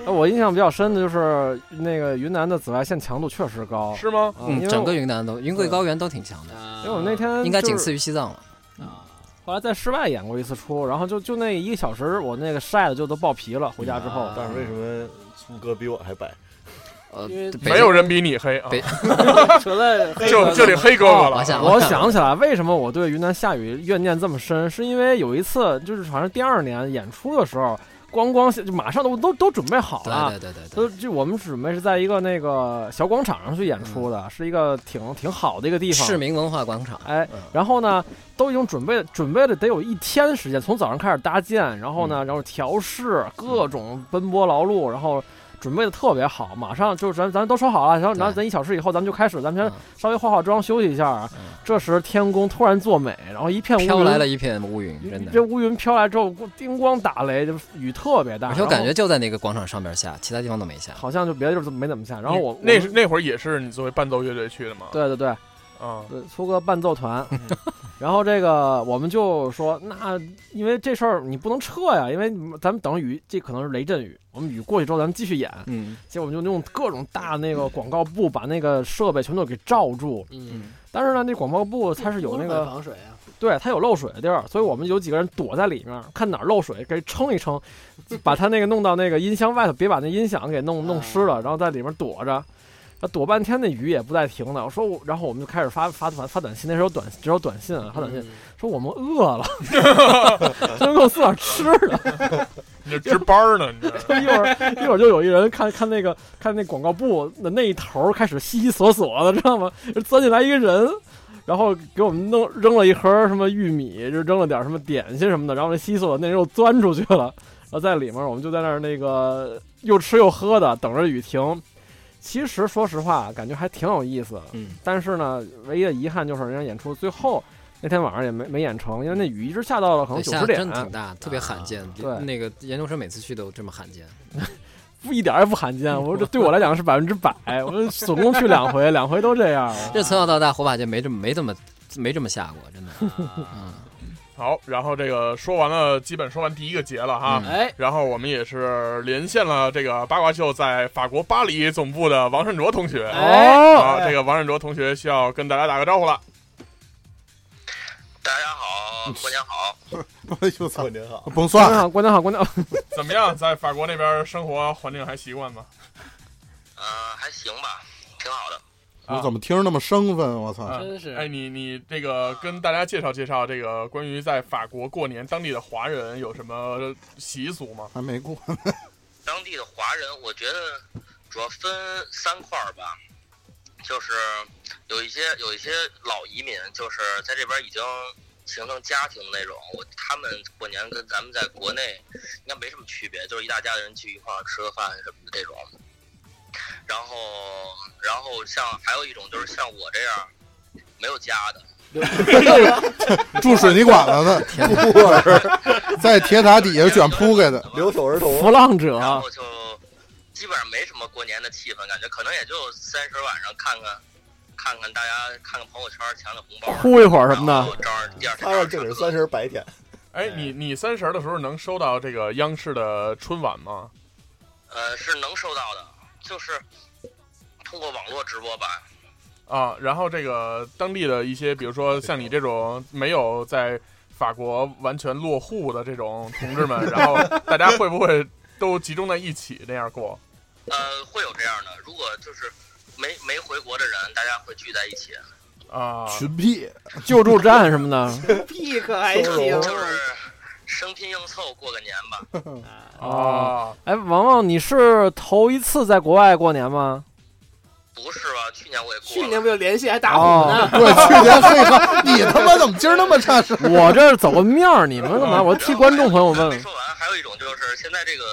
我印象比较深的就是那个云南的紫外线强度确实高，是吗？啊因嗯，为整个我云南都云贵高原都挺强的，啊因为我那天应该就是仅次于西藏了。后来在室外演过一次出，然后就就那一个小时，我那个晒的就都爆皮了。 *laughs* 回家之后，嗯但是为什么苏哥比我还 *laughs* 白？呃，因为北京没有人比你黑啊！北 *laughs* 除了黑就哥就得黑哥哥了啊我。想我想起来为什么我对云南下雨怨念这么深，是因为有一次就是好像第二年演出的时候，咣咣下就马上都都都准备好了。对对对对对都就我们准备是在一个那个小广场上去演出的，是一个挺挺好的一个地对，方。嗯市民文化广场，哎嗯，然后呢，都已经准备准备了得有一天时间，从早上开始搭建，然后嗯呢，然后调试，各种奔波劳碌，然后准备的特别好。马上就咱咱都说好了，然后对然后咱一小时以后咱们就开始，咱们嗯先稍微化化妆休息一下啊。这时天公突然作美，然后一片乌云飘来了一片乌云，真这的。乌云飘来之后，叮咣打雷，这雨特别大。而且我然感后觉就在那个广场上边下，其他地方都没下。好像就别的地儿没怎么下。然后我那我是那会儿也是你作为伴奏乐队去的嘛？对对对， *laughs* 啊，对，呃出个伴奏团， *laughs* 然后这个我们就说，那因为这事儿你不能撤呀，因为咱们等雨，这可能是雷阵雨，我们雨过去之后咱们继续演，嗯，结果我们就用各种大那个广告布把那个设备全都给罩住，嗯，但是呢，那广告布它是嗯有那多买个，防水啊，对，它有漏水的地儿，所以我们有几个人躲在里面，看哪儿漏水给撑一撑，把它那个弄到那个音箱外头，别把那音响给弄弄湿了，然后在里面躲着。那躲半天，那雨也不带停的。我说我，然后我们就开始发发短发短信，那时候短只有短信啊，发短信嗯说我们饿了， *laughs* 真给我送点吃的。你这值班儿呢，你 *laughs* 这 *laughs* 一会儿一会儿就有一人看看那个看那广告布的那一头开始悉悉索索的，知道吗？钻进来一个人，然后给我们弄扔了一盒什么玉米，就扔了点什么点心什么的，然后那悉悉索索那人又钻出去了，然后在里面我们就在那儿那个又吃又喝的等着雨停。其实说实话，啊感觉还挺有意思的。嗯，但是呢，唯一的遗憾就是人家演出最后那天晚上也没没演成，因为那雨一直下到了可能对，九下十点啊真，挺大，特别罕见。对那个研究生每次去都这么罕见。不一点儿也不罕见。我说这对我来讲是百分之百，我说总共去两回，两回都这样。这从小到大，火把节没这么没这么没这么下过，真的。啊嗯，好。然后这个说完了，基本说完第一个节了哈。*laughs* 嗯哎，然后我们也是连线了这个八卦秀在法国巴黎总部的王善卓同学哦，啊，这个王善卓同学需要跟大家打个招呼了。大家好，过年好。哎呦操过，年好， *laughs* 甭关算灯了，好，关灯好，关灯好。怎么样，在法国那边生活环境还习惯吗？嗯、还行吧，挺好的。我怎么听着那么生分？我操！啊真是哎，你你这个跟大家介绍介绍这个关于在法国过年当地的华人有什么习俗吗？还没过，当地的华人，我觉得主要分三块儿吧，就是有一些有一些老移民，就是在这边已经形成家庭的那种，我他们过年跟咱们在国内应该没什么区别，就是一大家子人聚一块儿吃个饭什么的这种。然后，然后像还有一种就是像我这样没有家的，住水泥管子 *laughs* 的，孤儿，在铁塔底下卷铺盖的，留守 *laughs* 儿童 *laughs* 浮浪者，然后就基本上没什么过年的气氛，感觉可能也就三十晚上看看看看看大家看看朋友圈抢抢红包，哭一会儿什么然后的，照着第二天他要哎 *laughs* 正着是三十白天，哎，你你三十儿的时候能收到这个央视的春晚吗？呃，是能收到的，就是通过网络直播版。啊，然后这个当地的一些，比如说像你这种没有在法国完全落户的这种同志们，然后大家会不会都集中在一起那样过？呃，会有这样的。如果就是没没回国的人，大家会聚在一起，啊，群 P 救助站什么的，屁可还行收就是哦生拼硬凑过个年吧。啊，哎，王王，你是头一次在国外过年吗？不是吧？去年我也过了。去年不就联系还打虎哦呢？，对，去年黑了，你他妈怎么今儿那么差事？我这走个面儿，你们干嘛？我替观众朋友还问没问。*laughs* 说完，还有一种就是现在这个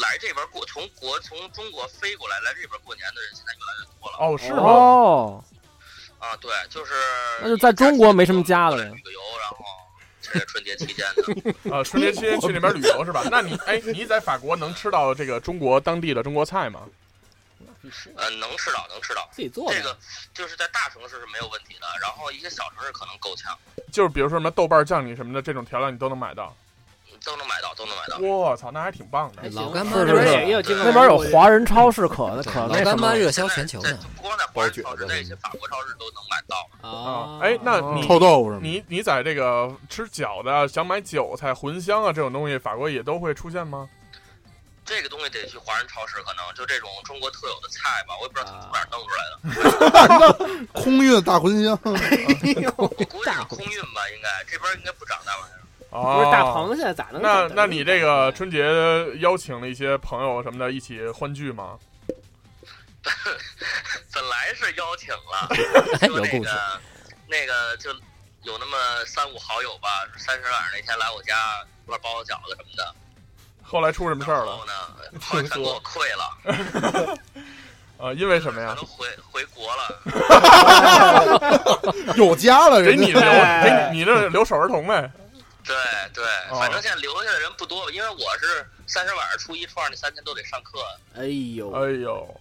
来这边过，从国从中国飞过来来这边过年的人现在越来越多了哦，是吗？哦，啊！对，就是那就在中国没什么家了呗旅个游，然后这是春节期间的，呃，春节期间去那边旅游是吧？那你哎，你在法国能吃到这个中国当地的中国菜吗？呃，能吃到能吃到。自己做这的 *laughs* 个就是在大城市是没有问题的，然后一些小城市可能够呛，就是比如说什么豆瓣酱你什么的这种调料你都能买到。都能买到，都能买到。我操，哎那还挺棒的还。行老干妈那是边是也也有金那门边有火锅华人超市，可可老那什干妈么。热销全球现在呢 *laughs* 在。不光在华人超市，在一些法国超市都能买到。哦啊，哎， *laughs* 那你 *laughs* 臭豆腐什么的？你你在这个吃饺子啊，想买韭菜、茴香啊这种东西，法国也都会出现吗？这个东西得去华人超市，可能就这种中国特有的菜吧，我也不知道他们从哪儿弄出来的，空运大茴 *laughs* 香，哎我估计是空运吧，应该这边应该不长那玩意儿。哦，不是大螃蟹咋能？那那你这个春节邀请了一些朋友什么的一起欢聚吗？本来是邀请了，哎，说 *laughs* 有那故事，个那个就有那么三五好友吧，三十晚上那天来我家一块儿包个饺子什么的，后来出什么事儿然了后？呢，好像全给我亏了， *laughs* 呃，因为什么 *laughs* 全呀？都回回国了。有家了，给人家你留，给你你这留手儿童呗。对对，哦反正现在留下的人不多，因为我是三十晚上、初一、初二那三天都得上课，哎呦，哎呦，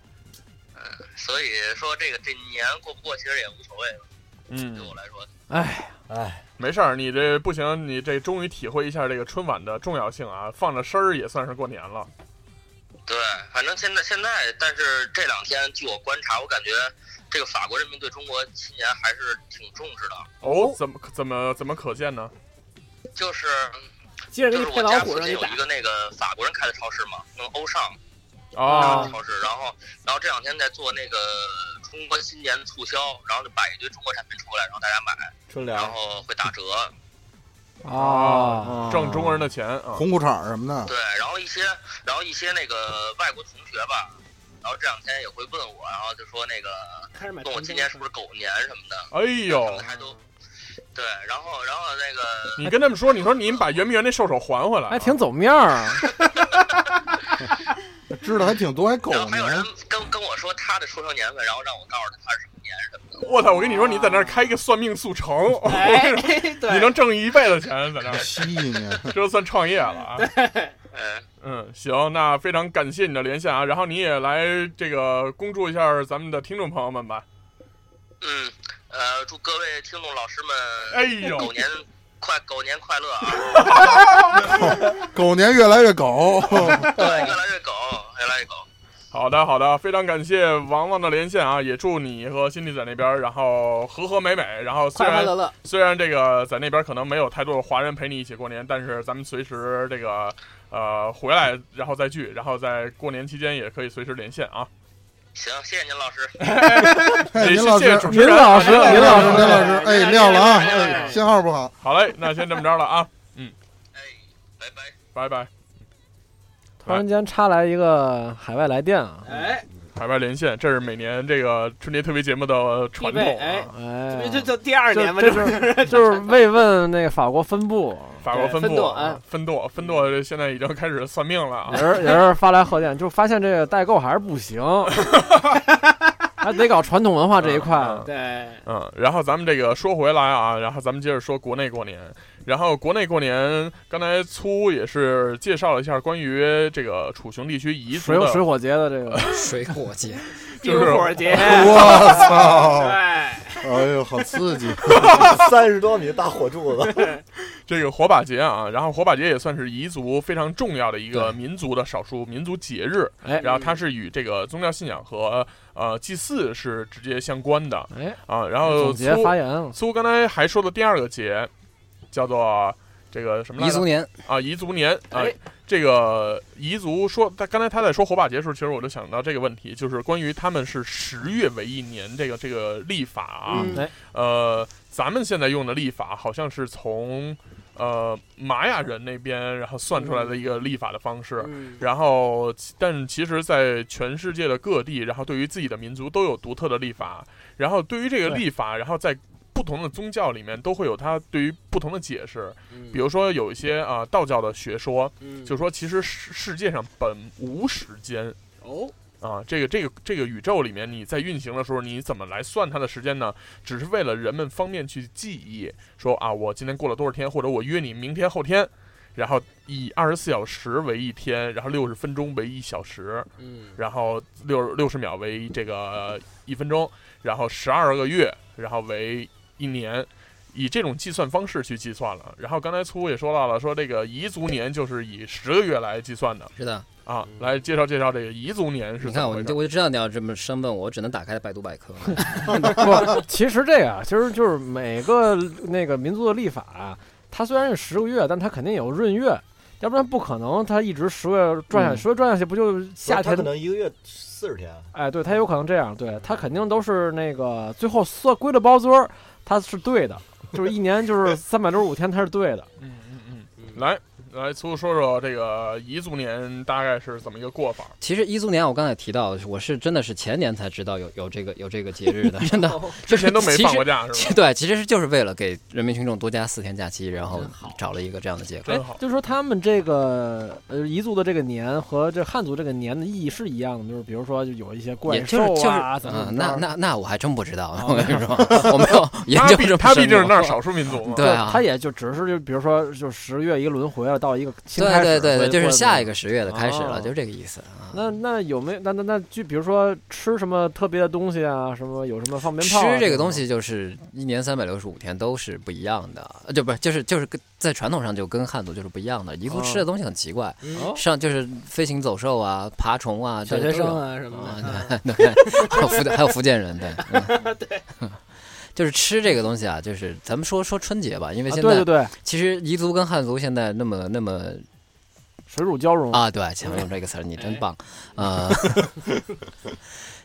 所以说这个这年过不过其实也无所谓了，对嗯，我来说。哎，哎，没事儿，你这不行，你这终于体会一下这个春晚的重要性啊！放着声儿也算是过年了。对，反正现在现在，但是这两天据我观察，我感觉这个法国人民对中国新年还是挺重视的。哦，怎么怎么怎么可见呢？就是接着就给你是我配老家虎附让近你有打一。个那个法国人开的超市嘛，那个欧尚啊超市，然后然后这两天在做那个中国新年促销，然后就摆一堆中国产品出来，然后大家买，春然联后会打折。哦，啊挣中国人的钱啊！红裤衩什么的，对，然后一些然后一些那个外国同学吧，然后这两天也会问我，然后就说那个开始买问我今年是不是狗年什么的，哎呦，还都对，然后然后那个。 *laughs* 你跟他们说，你说你们把圆明园那兽首还回来啊，哎还挺走面儿啊。知道还挺多，还狗然后还有人呢。跟跟我说他的出生年份，然后让我告诉他他是什么年什么的。我操！我跟你说，你在那儿开一个算命速成， *laughs* 哎， *laughs* 对，你能挣一辈子钱在那儿，蜥蜴呢？这就算创业了啊！哎嗯，嗯，行，那非常感谢你的连线啊，然后你也来这个恭祝一下咱们的听众朋友们吧。嗯，呃，祝各位听众老师们哎呦，狗年快狗年快 *laughs* 乐啊！狗年越来越 *laughs* 狗，对，越来越狗，越来越狗。好的好的，非常感谢王王的连线啊，也祝你和辛迪在那边，然后和和美美，然后虽快快然乐乐，虽然这个在那边可能没有太多的华人陪你一起过年，但是咱们随时这个呃回来，然后再聚，然后在过年期间也可以随时连线啊。行，谢谢您老师。哎也林谢老谢师主，持林人啊，老师，这个林老林师，老师，哎，亮了啊，哎信号不好。好嘞，那先这么着了啊，哎，拜拜。拜拜。突然间插来一个海外来电啊，哎，海外连线，这是每年这个春节特别节目的传必备统哎啊。哎这呀，这这第二年吧，这这不是就是慰问那个法国分部，法国分对分舵啊哎，分舵，分舵，现在已经开始算命了也啊！是也是发来贺电，就发现这个代购还是不行。还得搞传统文化这一块。嗯对，嗯，然后咱们这个说回来啊，然后咱们接着说国内过年。然后国内过年，刚才粗也是介绍了一下关于这个楚雄地区彝族水嗯的水火节的这个，水火节，就是冰火节，我操！对，哎呦，好刺激！三十多米大火 *laughs* 柱子，这个火把节啊，然后火把节也算是彝族非常重要的一个对民族的少数民族节日，哎然后它是与这个宗教信仰和呃祭祀是直接相关的哎，啊。然后总结苏发 *laughs* 言了，苏刚才还说的第二个节叫做这个什么来彝着族年啊，彝族年啊哎，这个彝族说，他刚才他在说火把节的时候，其实我就想到这个问题，就是关于他们是十月为一年这个这个历法啊，嗯哎，呃，咱们现在用的历法好像是从呃玛雅人那边然后算出来的一个历法的方式。嗯然后，其但其实，在全世界的各地，然后对于自己的民族都有独特的历法。然后，对于这个对历法，然后在不同的宗教里面都会有它对于不同的解释。嗯比如说，有一些啊、道教的学说，嗯就说其实世世界上本无时间哦，啊，这个这个这个宇宙里面，你在运行的时候，你怎么来算它的时间呢？只是为了人们方便去记忆，说啊，我今天过了多少天，或者我约你明天后天，然后以二十四小时为一天，然后六十分钟为一小时，嗯然后六六十秒为这个一分钟，然后十二个月，然后为一年，以这种计算方式去计算了。然后刚才粗也说到了，说这个彝族年就是以十个月来计算的是的，啊。来介绍介绍这个彝族年是怎你看么我回就事？我就知道你要这么深问我，我只能打开百度百科。不，其实这个其实就是每个那个民族的历法啊，它虽然是十个月，但它肯定有闰月，要不然不可能它一直十个月转下去，十个月转下去不就夏他天可？能一个月四十天，哎，对，它有可能这样，对，它肯定都是那个最后算归了包堆儿，它是对的，就是一年就是三百六十五天，它是对的。嗯嗯嗯，来来粗说说这个彝族年大概是怎么一个过法？其实彝族年我刚才也提到，我是真的是前年才知道有有这个有这个节日的，真的之之前都没放过假是其吧？实对，其实就是为了给人民群众多加四天假期，然后真好找了一个这样的借口。真好，哎就是说他们这个呃彝族的这个年和这汉族这个年的意义是一样的，就是比如说就有一些怪也就兽是就是啊，怎么怎，嗯么那着。哦那那我还真不知道，我跟你说，我没 *laughs* 有 *laughs* 研他究毕这么他深毕竟是入那儿少数民族嘛。对啊他也就只是就比如说就十月一个轮回了，到一个新对开始对对所对，以就是过下一个十月的开始了，哦就这个意思啊。那那有没有那那那就比如说吃什么特别的东西啊，什么有什么放鞭炮啊、吃这个种东西就是一年三百六十五天都是不一样的，呃就不是就是就是跟在传统上就跟汉族就是不一样的。彝族哦吃的东西很奇怪，哦上就是飞行走兽啊、爬虫啊，小这学都有生啊什么的，啊，对 *laughs* 对，还有福还有福建人，对，嗯、 *laughs* *laughs* 就是吃这个东西啊，就是咱们说说春节吧，因为啊现对在、对对，其实彝族跟汉族现在那么那么水乳交融，啊，对，请用这个词儿，你真棒，哎 *laughs* 呃，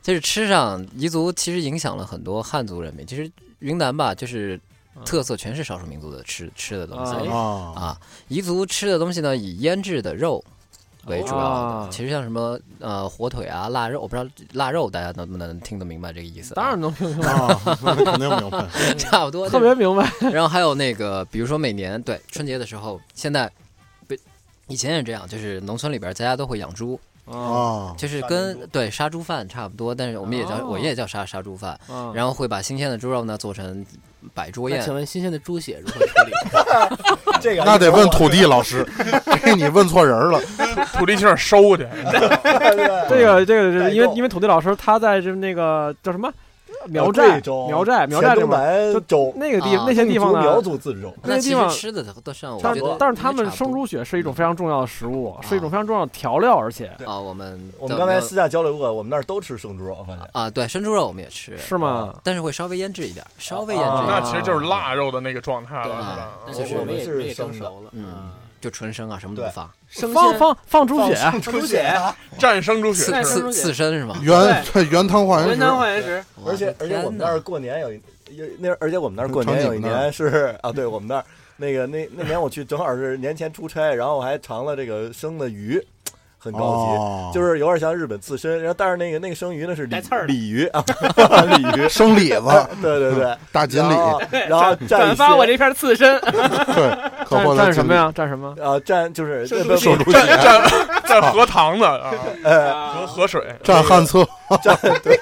就是吃上彝族其实影响了很多汉族人民，其实云南吧，就是特色全是少数民族的吃吃的东西嗯啊啊，啊，彝族吃的东西呢以腌制的肉。为主要的，啊其实像什么呃火腿啊、腊肉，我不知道腊肉大家能不能听得明白这个意思啊、当然能听明白，啊，肯定明白。 *laughs* 差不多。特别明白。然后还有那个，比如说每年对春节的时候，现在不以前也这样，就是农村里边儿家家都会养猪，啊啊， *laughs* 就是杀猪跟对杀猪饭差不多，但是我们也叫、哦我也叫杀杀猪饭，啊，然后会把新鲜的猪肉呢做成摆桌那宴请。问新鲜的猪血如何处理？ *laughs* 这个 *laughs* 那得问土地老 *laughs* 师，这你问错人了。土地去那儿收啊去， *laughs* 这个这个代是因为购因为土地老师他在这那个叫什么苗呃寨贵州苗寨苗寨这黔东边儿南州那个地啊那些地方族苗呢，族自治州，那那个其地方实吃的都上，我但觉得但是他们差不生多猪血是一种非常重要的食物，是一种非常重要的调料，而且啊，我们我的们刚才苗私下交流过，我们那儿都吃生猪肉，反正啊，对生猪肉我们也吃，啊是吗？但是会稍微腌制一点儿，稍微腌制一点那儿，其实就是腊肉的那个状态啊了，是吧？那就就是是我们也是我们也生蒸的熟了，嗯，就纯生啊，什么都不对放，生放放放猪血，猪血啊，战生猪血刺那生刺猪血刺身是吗？原原汤化原原汤食，化原食，我而且的而且我天们哪那儿过年有一有那而且我们那儿过成年你有一们那儿年是啊，对我们那儿那个那那年我去正好是年前出差，然后我还尝了这个生的鱼，很哦高级，就是是有点像日本刺身，然后但是那个那个生鱼呢是带鲤刺儿的鲤鱼啊，鲤鱼，生李子、 *laughs* 对对对，大锦鲤然，后然后蘸转一发我些这片刺 *laughs* 身，对，可获蘸得蘸什么？呀？蘸什么？啊蘸就是生呃猪不手不猪蘸血、 *laughs* 蘸蘸荷塘的啊，呃和啊河水。蘸旱厕，蘸对。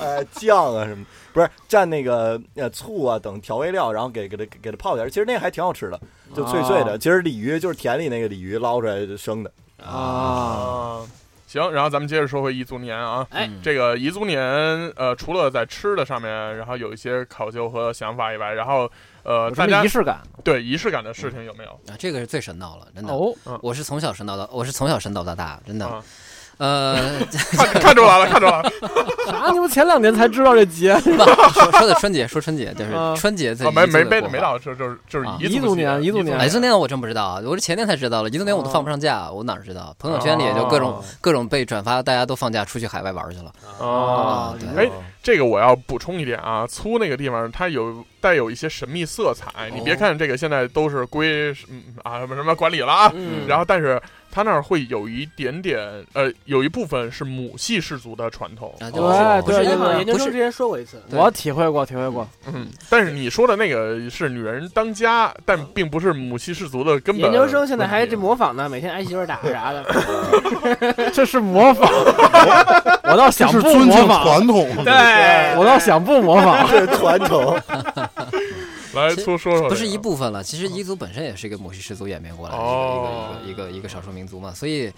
哎，酱啊什么，不是蘸那个呃醋啊等调味料，然后给给它给它泡点儿，其实那个还挺好吃的，就脆脆的。啊其实鲤鱼就是田里那个鲤鱼捞出来生的，啊，啊。行，然后咱们接着说回彝族年啊，哎嗯这个彝族年，呃，除了在吃的上面，然后有一些考究和想法以外，然后呃，有大什么家仪式感对仪式感的事情有没有？啊，这个是最神闹了，真的。哦，我是从小神叨到，我是从小神叨到大，真的啊。呃， *laughs* 看看出来了，看出来了，啥？啊你们前两年才知道这节不说说的春节，说春节就是啊春节 *laughs* 在啊，没彝族的没没国没画到，就是就是就是啊彝彝系族列年彝族年哎，这年我真不知道啊，我是前年才知道了，一六年我都放不上假，我哪儿知道？朋友圈里也就各种、哦各种被转发，大家都放假出去海外玩去了。哦，啊，对，哎，这个我要补充一点啊，粗那个地方它有带有一些神秘色彩。你别看这个现在都是归嗯啊什么什么管理了啊，嗯然后但是它那儿会有一点点呃，有一部分是母系氏族的传统。啊，就不是对不之对是前好像对研究不生是之前说过一次，对我体会过，体会过。嗯，但是你说的那个是女人当家，但并不是母系氏族的根本。研究生现在还这。模仿呢，每天挨媳妇儿打啥的。 *laughs* 这是模仿，我倒想这是不尊敬模仿，传统。对我倒想不模仿。这是传统。来其实粗说说这个，不是一部分了。其实彝族本身也是一个母系氏族演变过来的一个、哦一个一个一个一个少数民族嘛，所以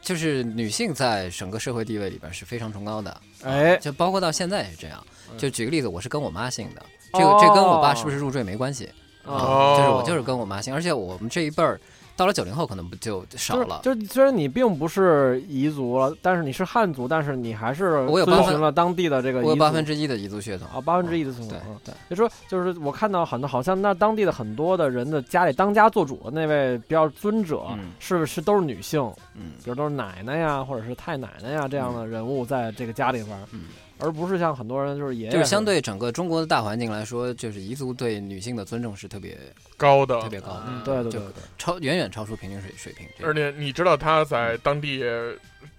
就是女性在整个社会地位里边是非常崇高的，哎，就包括到现在也是这样。就举个例子，我是跟我妈姓的，这个这跟我爸是不是入赘没关系，啊哦就是我就是跟我妈姓，而且我们这一辈儿到了九零后可能不就少就是了。就是虽然你并不是彝族了，但是你是汉族，但是你还是我有八遵分循了当地的这个我有八彝分族之一的彝族血统。啊八分之一的尊对统。对，就说就是我看到很多好像那当地的很多的人的家里当家做主的那位比较尊者，嗯是是都是女性，嗯比如都是奶奶呀或者是太奶奶呀这样的人物在这个家里边儿，嗯，而不是像很多人就是爷爷就是相什么的对整个中国的大环境来说，就是彝族对女性的尊重是特别高的特，别高的，嗯对对就对对超远远超出平均水水平。这而个且你知道他在当地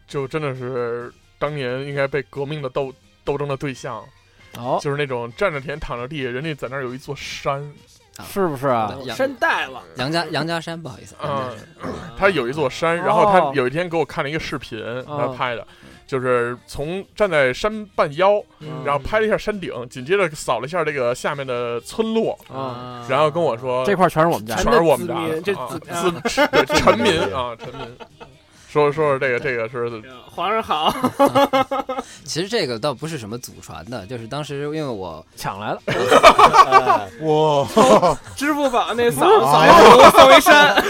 就真的是当年应该被革命的斗斗争的对象，哦，就是那种站着田躺着地，人家在那儿有一座山，是不是啊？杨山大王，杨家杨家山，不好意思，杨家山啊他有一座山，哦然后他有一天给我看了一个视频，他拍的，就是从站在山半腰，嗯然后拍了一下山顶，紧接着扫了一下这个下面的村落，啊，然后跟我说这块儿全是我们家的全是我们家全的，的啊子自对臣民啊臣民，说说说这个这个是嗯皇 *laughs* 上好，其实这个倒不是什么祖传的，就是当时因为我抢来了，哎哇，支付宝那扫扫一我送一山，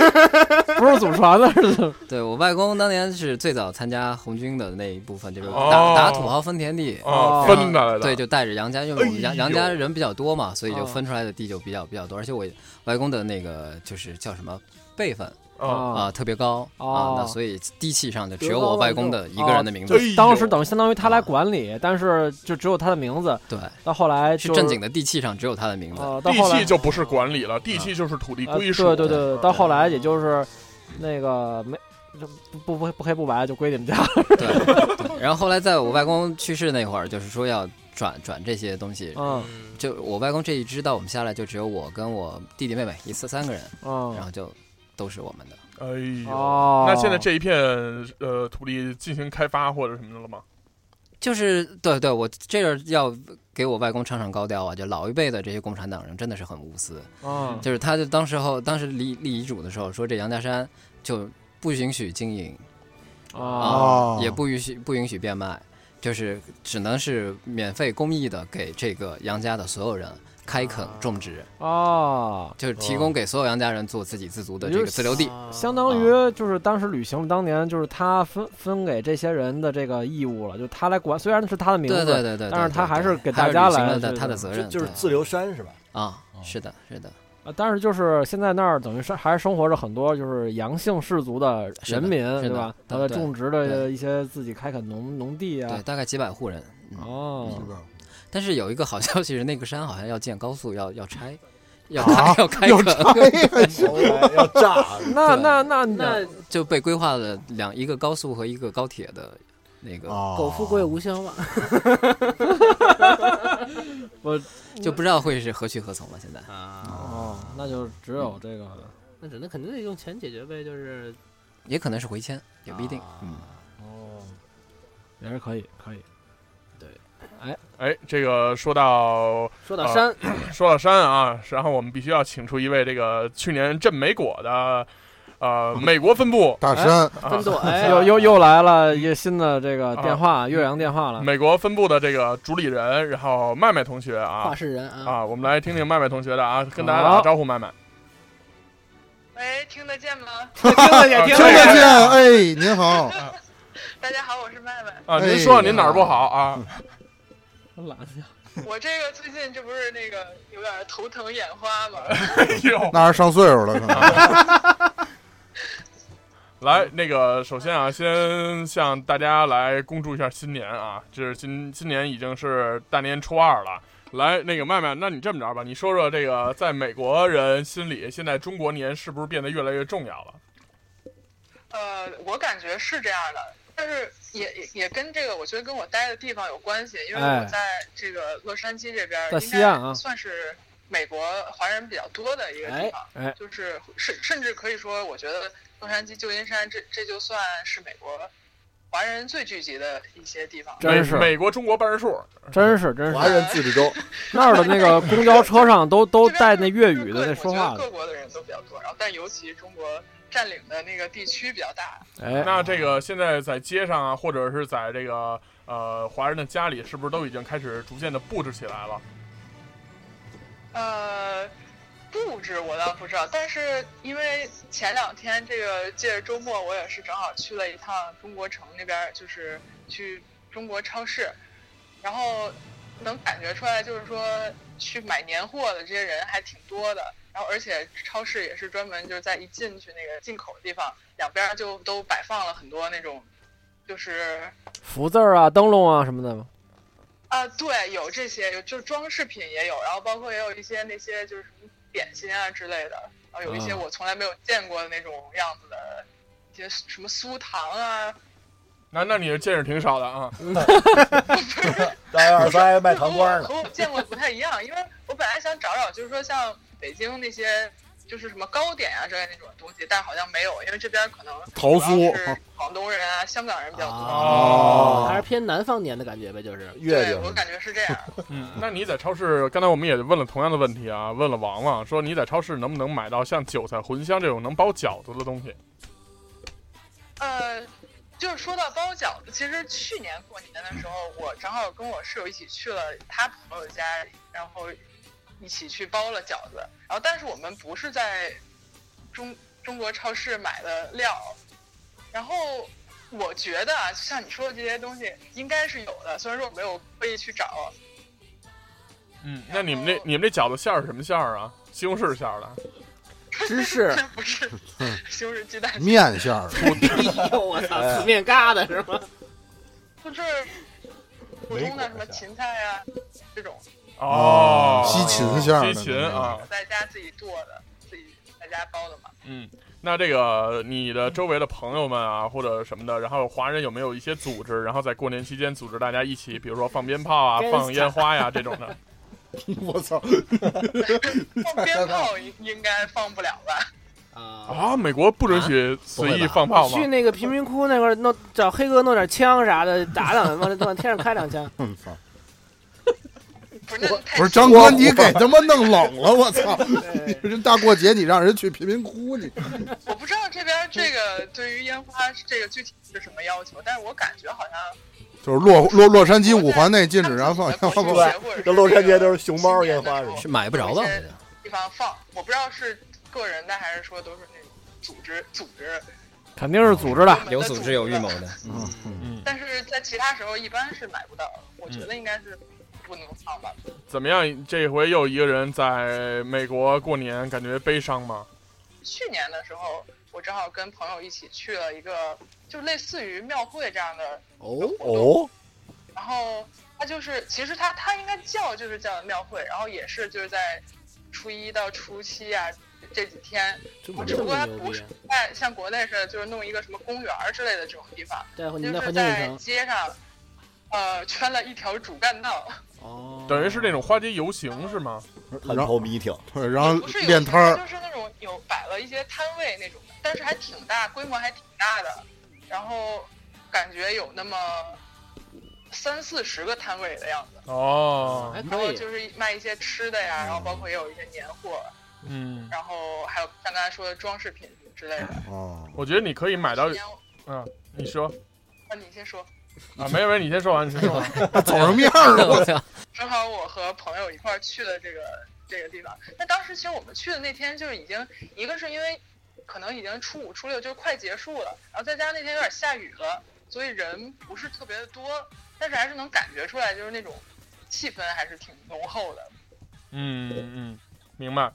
不是祖传的，是怎么对我外公当年是最早参加红军的那一部分，就是打、哦打土豪分田地。啊哦分的来的，对，就带着杨家，因为我们哎杨呦杨家人比较多嘛，所以就哦分出来的地就比较比较多，而且我外公的那个就是叫什么辈分啊，啊、特别高啊哦，那所以地气上就只德有高我望外重公的一个人的名字哎，呦当时等于相当于他来管理，但是就只有他的名字。对，到后来是就是正经的地气上只有他的名字。呃，到地后契来就不是管理了，地契就是土地呃归属。对对对，嗯到后来也就是那个没就不不不黑不白就归你们家了对， *laughs* 对然后后来在我外公去世那会儿，就是说要转转这些东西，嗯就我外公这一支到我们下来，就只有我跟我弟弟妹妹一次三个人，然嗯后就都是我们的。哎呦，哦，那现在这一片呃土地进行开发或者什么的了吗？就是对对，我这个要给我外公唱唱高调啊！就老一辈的这些共产党人真的是很无私，嗯就是他就当时候当时立立遗嘱的时候说，这杨家山就不允许经营啊啊哦，也不允许不允许变卖，就是只能是免费公益的给这个杨家的所有人开垦种植，啊，就是提供给所有杨家人做自给自足的这个自留地。啊相当啊于就是当时履行了当年就是他分分给这些人的这个义务了，就他来管，虽然是他的名对对字，对对对，但是他还是给还大家履行来了他这他的种责就任，就是对自留山是吧？啊，是的，是的，啊，但是就是现在那儿等于是还是生活着很多就是阳性氏族的是的人民，对是的吧？对他在对种植的一些自己开垦农农地对，啊。大概几百户人。嗯哦，但是有一个好消息 *laughs* 是，那个山好像要建高速，要要拆，要开、啊要开要垦，拆呀！后来哎要炸，那对那那那 *laughs* 就被规划了两一个高速和一个高铁的那哦个，啊，苟富贵无相忘，就不知道会是何去何从了。现在 *laughs* 哦，那就只有这个啊那只能肯定得用钱解决呗，就是也可能是回啊嗯哦迁，也不一定。嗯，也是可以可以。对，哎，哎，这个说到说到山，说到山啊，然后我们必须要请出一位这个去年震美果的， *laughs* 呃，美国分部大山，啊 *laughs* 分，舵，哎，又又又来了一个新的这个电话，岳阳电话了。美国分部的这个主理人，然后麦麦同学啊话事人啊，啊，我们来听听麦麦同学的啊，跟大家打个招呼，麦麦。喂，听得见吗？听得啊见，听听得得见，见，哎，您好，大家好，我是麦麦。啊，您哎说说您哪儿不好 *laughs* 啊？ *laughs* 懒得我这个最近这不是那个有点头疼眼花吗？哎呦，那是上岁数了，可能来，那个首先啊，先向大家来恭祝一下新年啊，这是今今年已经是大年初二了。来，那个麦麦，那你这么着吧，你说说这个在美国人心里，现在中国年是不是变得越来越重要了？呃，我感觉是这样的，但是也也也跟这个，我觉得跟我待的地方有关系，因为哎我在这个洛杉矶这边儿，在应西岸啊该算是美国华人比较多的一个地方，哎哎就是甚甚至可以说，我觉得洛杉矶、旧金山这这就算是美国华人最聚集的一些地方。真是美美国中国办事处，真是真华是，人自治州，那儿的那个公交车 *laughs* 上都都这带边那粤语的各那说话的我觉得各。国的人都比较多，然后但尤其中国占领的那个地区比较大。哎，那这个现在在街上啊，或者是在这个呃华人的家里，是不是都已经开始逐渐的布置起来了？呃，布置我倒不知道，但是因为前两天这个借着周末，我也是正好去了一趟中国城那边儿，就是去中国超市，然后能感觉出来，就是说去买年货的这些人还挺多的。然后，而且超市也是专门就是在一进去那个进口的地方，两边儿就都摆放了很多那种，就是福字儿啊、灯笼啊什么的嘛。啊，对，有这些，有就是装饰品也有，然后包括也有一些那些就是什么点心啊之类的，然后有一些啊我从来没有见过的那种样子的，一些什么酥糖啊，那那你的见识挺少的啊。大爷二三卖糖瓜呢和。我和我见过的不太一样，因为我本来想找找，就是说像北京那些就是什么糕点啊之类那种东西，但好像没有，因为这边可能桃主酥要是广东人啊、香港人比较多。哦还是偏南方年的感觉呗，就是月对，我饼，感觉是这样。嗯，那你在超市，刚才我们也问了同样的问题啊，问了王王说你在超市能不能买到像韭菜茴香这种能包饺子的东西？呃，就是说到包饺子，其实去年过年的时候，我正好跟我室友一起去了他朋友家，然后一起去包了饺子。然后，但是我们不是在中中国超市买的料。然后，我觉得啊，就像你说的这些东西，应该是有的，虽然说我没有刻意去找。嗯，那你们这你们这饺子馅儿是什么馅儿啊？西红柿馅儿的？芝士， *laughs* 不是，嗯西红柿鸡蛋馅面馅儿的，哎呦我操，四面疙瘩是吗？就是普通的什么芹菜啊这种，哦，西芹馅西儿的，芹啊，我在家自己做的，自己在家包的嘛。嗯。那这个你的周围的朋友们啊，或者什么的，然后华人有没有一些组织，然后在过年期间组织大家一起，比如说放鞭炮啊、该放烟花呀、这种的？ *laughs* 我操，放鞭炮应应该放不了吧？啊，啊，美国不允许随意放炮吗去？那个贫民窟那块儿弄，找黑哥弄点枪啥的，打两往往天上开两枪。我操，不是，那太不是张哥，你给他妈弄冷了，我操！对 *laughs* 这大过节你让人去贫民窟，你我不知道这边这个对于烟花这个具体是什么要求，但是我感觉好像就是洛洛洛杉矶五环内禁止燃放烟花对炮，这洛杉矶都是熊猫烟花是吧？是买不着吧？好有一些像地方放，我不知道是个人的还是说都是那种组织组织 *laughs* 肯定是组织的。有组织有预谋 *laughs* 的，但是在其他时候一般是买不到，我嗯觉得应该是不能放吧。怎么样？这回又一个人在美国过年，感觉悲伤吗？去年的时候，我正好跟朋友一起去了一个就类似于庙会这样的哦活动，哦，然后它就是，其实它它应该叫就是叫庙会，然后也是就是在初一到初七啊这几天，这只不过它么牛不逼啊是，在像国内似的，就是弄一个什么公园儿之类的这种地方，带回您就的是环境在 *laughs* 影街上，呃，圈了一条主干道，城。哦，等于是那种花街游行是吗？烂头 *laughs* 迷挺，对，然后不是有练摊钱儿，就是那种有摆了一些摊位那种，但是还挺大，规模还挺大的，然后感觉有那么三四十个摊位的样子，哦，然后就是卖一些吃的呀，然后包括也有一些年货，嗯，然后还有像刚才说的装饰品什么之类的。哦，我觉得你可以买到时，间我嗯，你说啊，你先说。啊，没有没有，你先说完，你先说完。走什么样儿了？我操，正好我和朋友一块儿去了这个这个地方。那当时其实我们去的那天就是已经，一个是因为可能已经初五初六就是快结束了，然后再加上那天有点下雨了，所以人不是特别的多，但是还是能感觉出来，就是那种气氛还是挺浓厚的。嗯嗯，明白。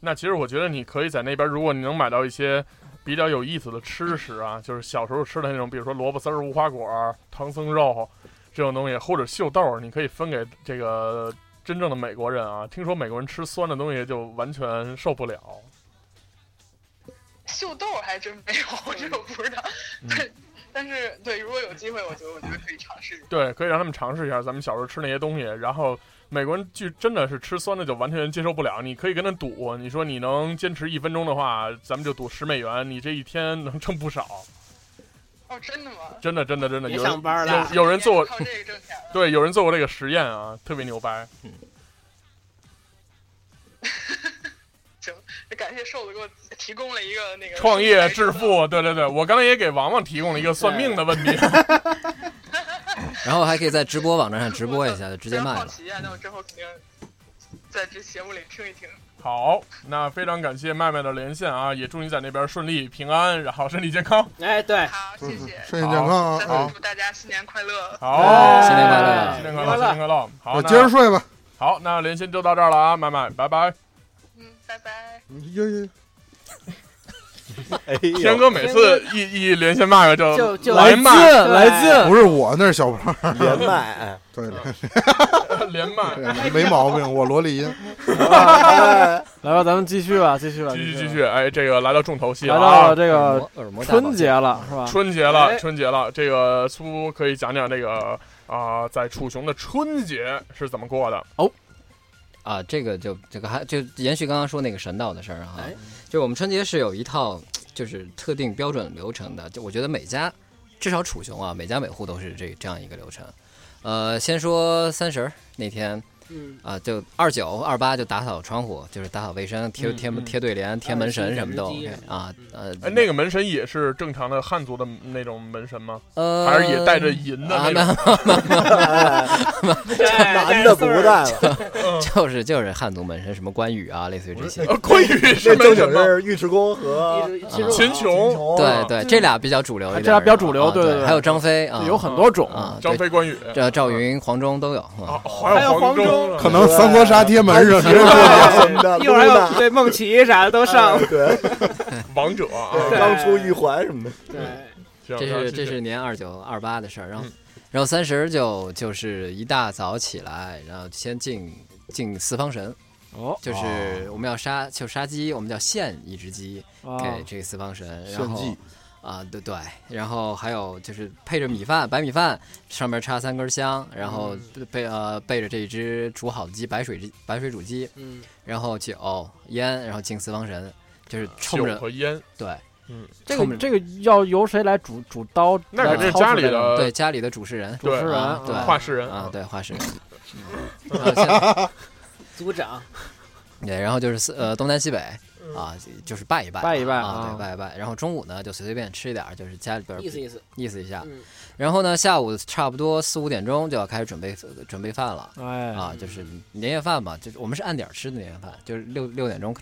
那其实我觉得你可以在那边，如果你能买到一些比较有意思的吃食啊，就是小时候吃的那种，比如说萝卜丝儿、无花果儿、唐僧肉这种东西，或者秀豆儿，你可以分给这个真正的美国人啊。听说美国人吃酸的东西就完全受不了。秀豆还真没嗯有，这我不知道。对，但是对，如果有机会，我觉得我觉得可以尝试一下。对，可以让他们尝试一下咱们小时候吃那些东西。然后美国人就真的是吃酸的就完全接受不了，你可以跟他赌，你说你能坚持一分钟的话，咱们就赌十美元，你这一天能挣不少。哦，真的吗？真的，真的，真的，别有上班有了，有人做靠这个挣钱了。对，有人做过这个实验啊，特别牛掰。感谢瘦子给我提供了一个那个创业致。富，对对对，我刚才也给王王提供了一个算命的问题。然后还可以在直播网站上直播一下，就直接非卖常好 *laughs* 了。奇啊，那我之后肯定在这节目里听一听。好，那非常感谢麦麦的连线啊，也祝你在那边顺利平安，然后身体健康。哎，对，好，谢谢。身体健康再啊！次祝大家新年快乐。好，新年快乐新年快乐，新年快乐。好，我那接着睡吧。好，那连线就到这儿了啊，麦麦，拜拜。嗯，拜拜。呦呦，哎呦，天哥每次一一连线麦麦就就来劲麦来劲，不是我，那是小胖。连麦，哎对，连麦，对 *laughs* 没毛病，我萝莉音。 *laughs* 来吧，咱们继续吧，继续吧，继续吧继。续，哎，这个来到重头戏来了到了啊，这耳个膜耳膜大春保节了，是吧？春啊节了，哎春节了，这个苏可以讲讲这个啊，在楚雄的春节是怎么过的？啊，这个就这个还就延续刚刚说那个神道的事儿哈、哎就我们春节是有一套就是特定标准流程的，就我觉得每家至少楚雄啊，每家每户都是这这样一个流程。呃，先说三十儿那天嗯，啊、就二九二八就打扫窗户，就是打扫卫生，贴嗯贴嗯贴对联、贴门神什么都二十一 OK 啊。呃，哎，那个门神也是正常的汉族的那种门神吗？呃，还是也带着银啊的那那种？男的不带了， *laughs* 就是就是汉族门神，什么关羽啊，类似于这 *laughs* 些。呃，关羽是这门正神经吗？是尉迟恭和一直其实啊我秦琼、琼对对，这俩比较主流一哦这点俩儿。比较主流啊对对对还有张飞啊，有很多种，啊，张对飞、关羽这赵云、黄忠都有。啊啊，哦还有黄忠，啊可能三国杀贴门上，嗯 *laughs* 什么的，一会儿还露娜有对梦琪啥的都上了，对，王者啊。对刚出玉环什么的，对，行这行是这行是年二九二八的事儿，然后嗯然后三十就就是一大早起来，然后先敬敬四方神，哦，就是我们要杀就杀鸡，我们叫献一只鸡啊给这个四方神，然献后祭啊对对，然后还有就是配着米饭白米饭，上面插三根香，然后嗯备呃备着这只煮好的鸡白水鸡白水煮鸡，嗯，然后酒烟，然后敬四方神，就是冲呃酒着和烟，对，嗯，这冲个着这个要由谁来主主刀？那来肯定是操持家里这个的对家里的主持人主持人啊对画事人啊，对，化石。 *laughs* 啊像组长，对，然后就是四呃东南西北嗯啊，就是拜一拜，拜一拜啊，啊对，拜一拜。然后中午呢，就随随便吃一点儿，就是家里边儿意思意思，意思一下。嗯，然后呢，下午差不多四五点钟就要开始准备准备饭了哎，啊，就是年夜饭嘛，就是我们是按点儿吃的年夜饭，就是六六点钟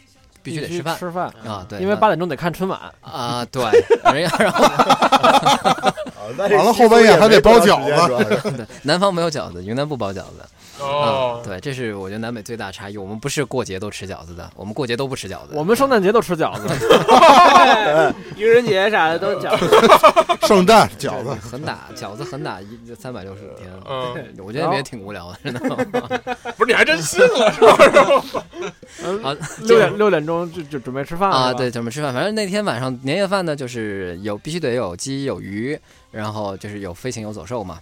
必须得吃饭吃饭，啊，对，因为那八点钟得看春晚。啊对，人家然后完完了后半夜还得包饺子子，对 *laughs* 南方没有饺子，云南不包饺子啊，哦，对，这是我觉得南北最大差异。我们不是过节都吃饺子的，我们过节都不吃饺子。我们圣诞节都吃饺子， *laughs* 愚人节啥的都讲，圣诞饺子。很打饺子很打一三百六十五天，嗯， *laughs* 我觉得也挺无聊的，真的。不是你还真信了是吧？啊，六点六点钟就就准备吃饭了啊，是吧对，准备吃饭。反正那天晚上年夜饭呢，就是有必须得有鸡有鱼，然后就是有飞禽有走兽嘛。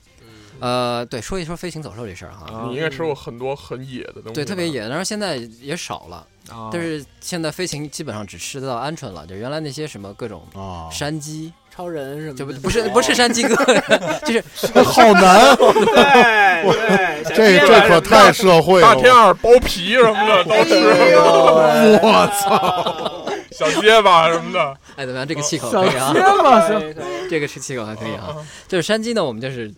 呃，对，说一说飞禽走兽这事儿哈，嗯啊你应该吃过很多很野的东西，对，特别。野。然后现在也少了啊但是现在飞禽基本上只吃得到鹌鹑了，就原来那些什么各种啊，山鸡，超人什么就不的，不是不是山鸡哥， *laughs* 就是 *laughs* 好难，啊对对，这这可太社会大了。啊天二剥皮什么的都哎 *laughs* 是，呦，我操！小结巴什么的，哎怎么样？这个气口小哦可以啊结，巴行，对对这个吃气口还可以啊。就是山鸡呢，我们就是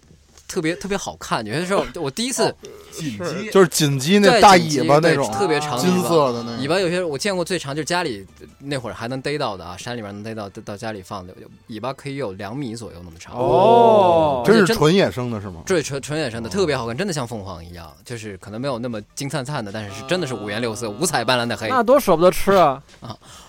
特别特别好看，有些时候我第一哦次紧急哦就是锦鸡对那大紧急尾巴那对种，啊特别长的尾金巴色的那尾个，巴有些我见过最长，就是家里那会儿还能逮到的啊，山里面能逮到，到家里放的，有尾巴可以有两米左右那么长。哦，真而且是纯野生的是吗？对，纯纯野生的，特别好看，真的像凤凰一样，就是可能没有那么金灿灿的，但是是真的是五颜六色、五彩斑斓的黑。那多舍不得吃啊！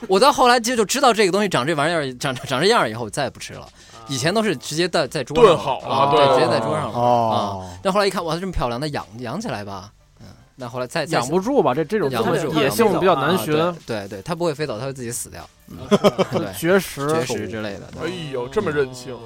我到后来就就知道这个东西长这玩意儿长长这样儿以后，我再也不吃了。以前都是直接在在桌上炖好了啊，对直接在桌上了。哦，但后来一看，哇，这么漂亮，那养养起来吧。嗯，那后来再再养不住吧？这这种养不住野性比较难寻，啊对对对，它不会飞走，它会自己死掉。对，绝食绝食之类的。 *laughs* 哎对呦，这么任性，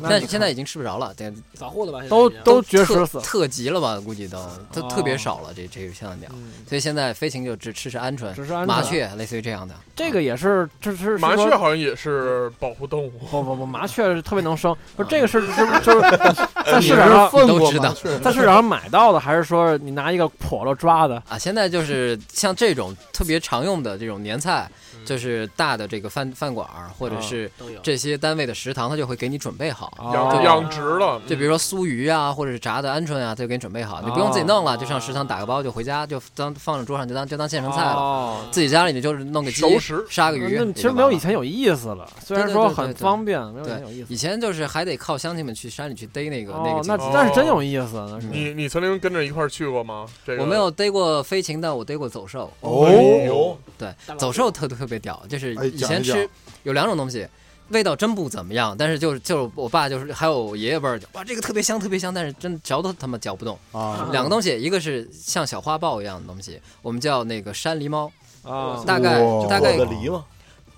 那但你现在已经吃不着了，对，保护了吧，都现在都绝特食死。哦特急了吧？估计都都特别少了，这这个现在鸟。所以现在飞禽就只吃吃鹌鹑、只是嗯鹌鹑麻雀，类似于这样的。这个也是，这是麻雀是说好像也是保护动物，不不不，麻雀是特别能啊生。不是这个是是不是就是 *laughs* 在市场你上是问都过知道吗？是在市场上买到的，还是说你拿一个笸箩抓的？啊，现在就是像这种特别常用的这种年菜，嗯就是大的这个饭饭馆儿或者是都有这些单位的食堂，它就会给你准备好。养哦哦，养殖了，就比如说酥鱼啊，或者是炸的鹌鹑啊，它就给你准备好，你不用自己弄了，就上食堂打个包就回家，就当放在桌上，就当就当现成菜了。哦，自己家里你就是弄个鸡熟食，杀个鱼。那也其就实没有完以了前有意思了，虽然对对说对对很对方便，没有以前对有意思以。前就是还得靠乡亲们去山里去逮那个、那哦个，那景色。景但是真有意思，那是你你曾经跟着一块儿去过吗？这个我没有逮过飞禽，但我逮过走兽。哎哦，呦，对大老，走兽特特别屌，就是哎以讲一前吃讲有两种东西，味道真不怎么样，但是就是就是我爸就是还有我爷爷辈儿就，哇，这个特别香，特别香，但是真嚼都他妈嚼不动。啊，两个东西，一个是像小花豹一样的东西，我们叫那个山狸猫，啊，大概哇大果概哦个梨嘛，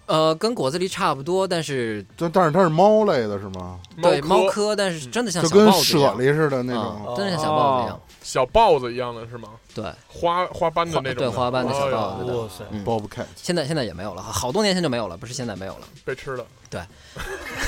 呃跟果子狸差不多，但是但但是它是猫类的是吗？对猫科科，但是真的像嗯就小跟豹子一猞样，猁似的那种。哦嗯真的像小豹子一样，小豹子一样的是吗？对，花花斑的花那种的，对花斑的小豹子哎的呦哇塞，嗯 Bobcat，现在现在也没有了，好多年前就没有了，不是现在没有了。被吃了，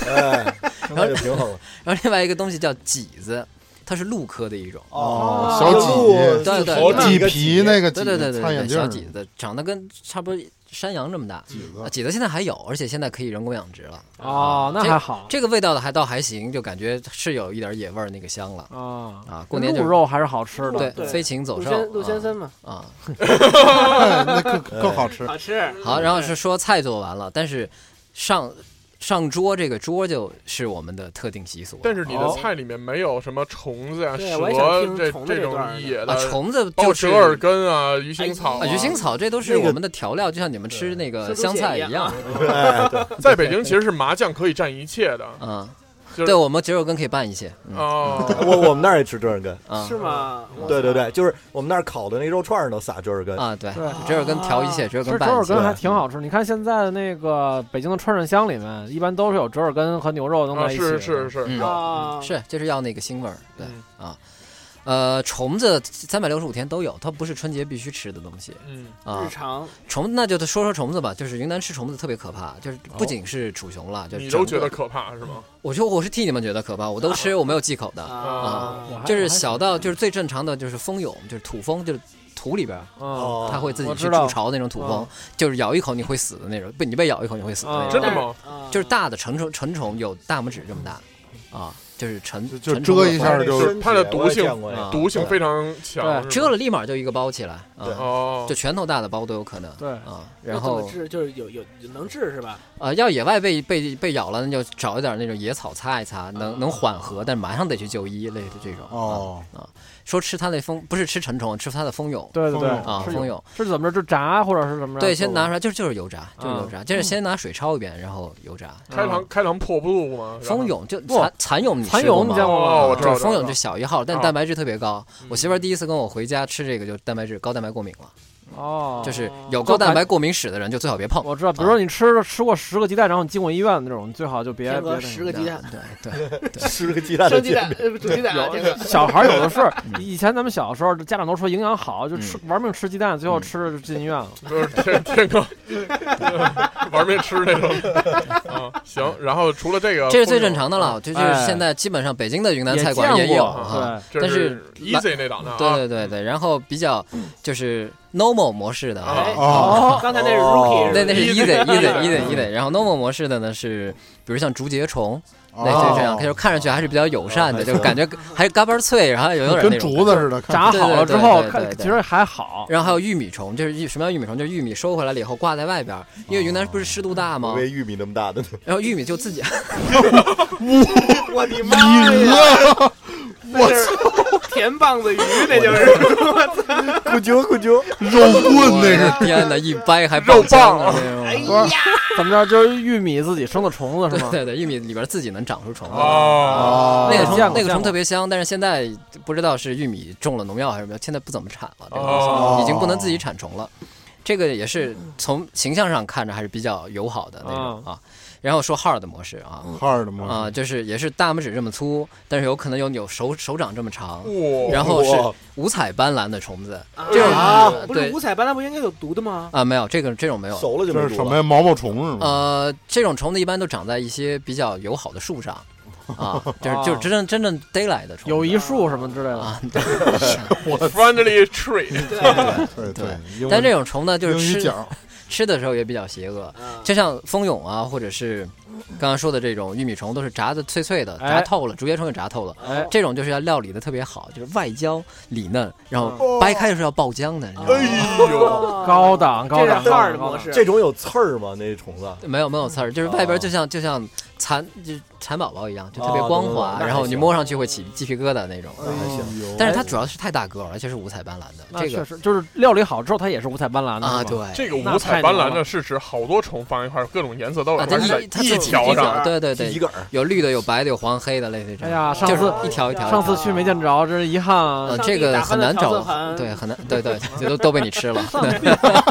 哎，现在就平衡了。然后另外一个东西叫麂子，它是鹿科的一种，哦，小小麂麂，对对头对麂个皮那个对对对对麂，擦眼对，镜小儿，麂子长得跟差不多山羊这么大。啊麂子，麂子现在还有，而且现在可以人工养殖了。哦，那这还好这个味道的还倒还行，就感觉是有一点野味儿那个香了啊。啊。过年就鹿肉还是好吃对的，对飞禽走陆兽先陆先生嘛，啊啊。哎 *laughs* 那更 *laughs* 更好吃。好吃，好，然后是说菜做完了，但是上上桌这个桌就是我们的特定习俗了。但是你的哦菜里面没有什么虫子呀、对蛇我也想听这虫子这这种段儿野啊，的，虫子包就括是折耳根啊、鱼腥草啊，鱼腥草这都是那个我们的调料，就像你们吃那个生猪香血菜呃一一样样。哎，对，在北京其实是麻酱可以蘸一切的嗯，就是对我们折肉根可以拌一些。嗯哦。我我们那儿也吃折耳根，啊是吗？我对对对，就是我们那儿烤的那肉串儿上都撒折耳根，啊，对对，折耳根调一切，折耳其实折根拌耳一切。根还挺好吃。你看现在的那个北京的串串香里面，一般都是有折耳根和牛肉弄啊，在一起的。是是是，嗯啊，是，就是要那个腥味儿，对、嗯啊。呃，虫子三百六十五天都有，它不是春节必须吃的东西嗯，啊日。常虫那就说说虫子吧，就是云南吃虫子特别可怕，就是不仅是楚雄了，就是你整都个觉得，可怕是吗？我说我是替你们觉得可怕，我都吃，我没有忌口的，啊我还，就是小到就是最正常的就是蜂蛹，就是土蜂，就是土里边儿嗯，哦，它会自己我去知道筑巢的那种土蜂嗯，就是咬一口你会死的那种，被你被咬一口你会死的那嗯种，真的吗？啊就是大的成虫成虫有大拇指这么大啊，就是成就就成虫遮的一蜂下儿就它的毒性啊毒性非常强，对是遮吗了立马就一个包起来啊，哦就，拳头大的包都有可能。对啊，那然怎后么治就是有有有能治是吧？呃，要野外被被被咬了，那就找一点那种野草擦一擦，能能缓和，但马上得去就医类的这种。啊，哦，说吃它那蜂不是吃成虫，吃它的蜂蛹对对对蜂蛹啊，是蜂蛹。是怎么着？就炸或者是怎么着？对，先拿出来就是就是油炸，就是油炸，就是先拿水焯一遍，然后油炸。开膛开膛破不肚吗？然后蜂蛹就不蚕蚕蛹，你蚕吃过蛹你吗见过吗？哦我知道啊就是我蜂知蛹道就小一号，但啊蛋白质特别高。我媳妇儿第一次跟我回家吃这个，就蛋白质高蛋白过敏了哦，就是有高蛋白过敏史的人就最好别碰。我知道，比如说你吃吃过十个鸡蛋，然后你进过医院的那种，你最好就别天别哥那十什么个鸡蛋，嗯对对，吃个鸡蛋的生鸡煎蛋，饼，呃不煮鸡蛋啊，天哥。小孩儿有的 *laughs* 是，以前咱们小时候家长都说营养好，就吃玩命吃鸡蛋，最后嗯吃着就进医院了。就是天天哥玩命吃那种。啊，行。然后除了这个，这是最正常的了。就是哎现在基本上北京的云南也菜馆见也有过， *laughs* 啊。这但是是 easy 那档的啊。对对对对，然后比较就是 normal 模式的啊，哎哦，刚才那是 rookie，那那是 Easy easy easy easy 嗯 easy，然后 normal 模式的呢是，比如像竹节虫，哦类似于这样，它就看上去还是比较友善的，就感觉还嘎巴脆，然后有点那跟种竹子感觉。似的，看炸好了之后对对对对，看对嗯对其实还好。然后还有玉米虫，就是玉什么叫玉米虫？就是玉米收回来了以后挂在外边儿，因为云南不是湿度大吗哦因？为玉米那么 *laughs* 大的，然后玉米就自己，我的妈呀！我操，甜棒子鱼那就是，咕啾咕啾，肉棍我那是啊的天哪，一掰还爆浆了那种。不是 *laughs* 怎么着，就是玉米自己生的虫子 *laughs* 对是吗？对对，玉米里边自己能长出虫子。哦，啊那个虫见过那个见虫过特别香，但是现在不知道是玉米中了农药还是什么，现在不怎么产了，这个东西、哦已经不能自己产虫了。这个也是从形象上看着还是比较友好的那种、啊。然后说 hard 的模式啊。哈尔的吗？啊、就是也是大拇指这么粗，但是有可能有有手手掌这么长，哇然后哇哦是五彩斑斓的虫子这种啊哦不是对五彩斑斓不应该有毒的吗？啊，没有这个这种没有，熟了就这是没毒什么了。呀？毛毛虫是吗？呃，这种虫子一般都长在一些比较友好的树上，啊，就是就是真正真正逮来的虫子，友谊树什么之类的。啊， ，friendly tree，对，对对对但这种虫呢，就是英语吃角吃的时候也比较邪恶，就像蜂蛹啊，或者是刚刚说的这种玉米虫，都是炸的脆脆的，炸哎透了，竹节虫也炸透了。啊哎，这种就是要料理的特别好，就是外焦里嫩，然哦后掰开的时候要爆浆的，你知道吗？哎呦，高档高档这是啊哈尔的高档模式这种有刺儿吗？那虫子没有没有刺儿，就是外边就像就像蚕就蚕宝宝一样，就特别光哦滑，那还然后你行哦摸上去会起鸡皮疙瘩那种。还行，哎但是它主要是太大个儿，而且是五彩斑斓的，那这确个实就是料理好之后，它也是五彩斑斓的啊，是吧这对，个五彩斑斓的是指好多虫放一块儿，各种颜色都有，啊，而它且在是它就一条上。对对鸡对，梗儿，有绿的，有白的，有黄黑的，类似于这哎样。呀，上就次是一条一条。上次去没见着，真是遗憾啊呃，！上这帝个打很翻了难调找色盘，对，很难，对对，这都都被你吃了。 *laughs*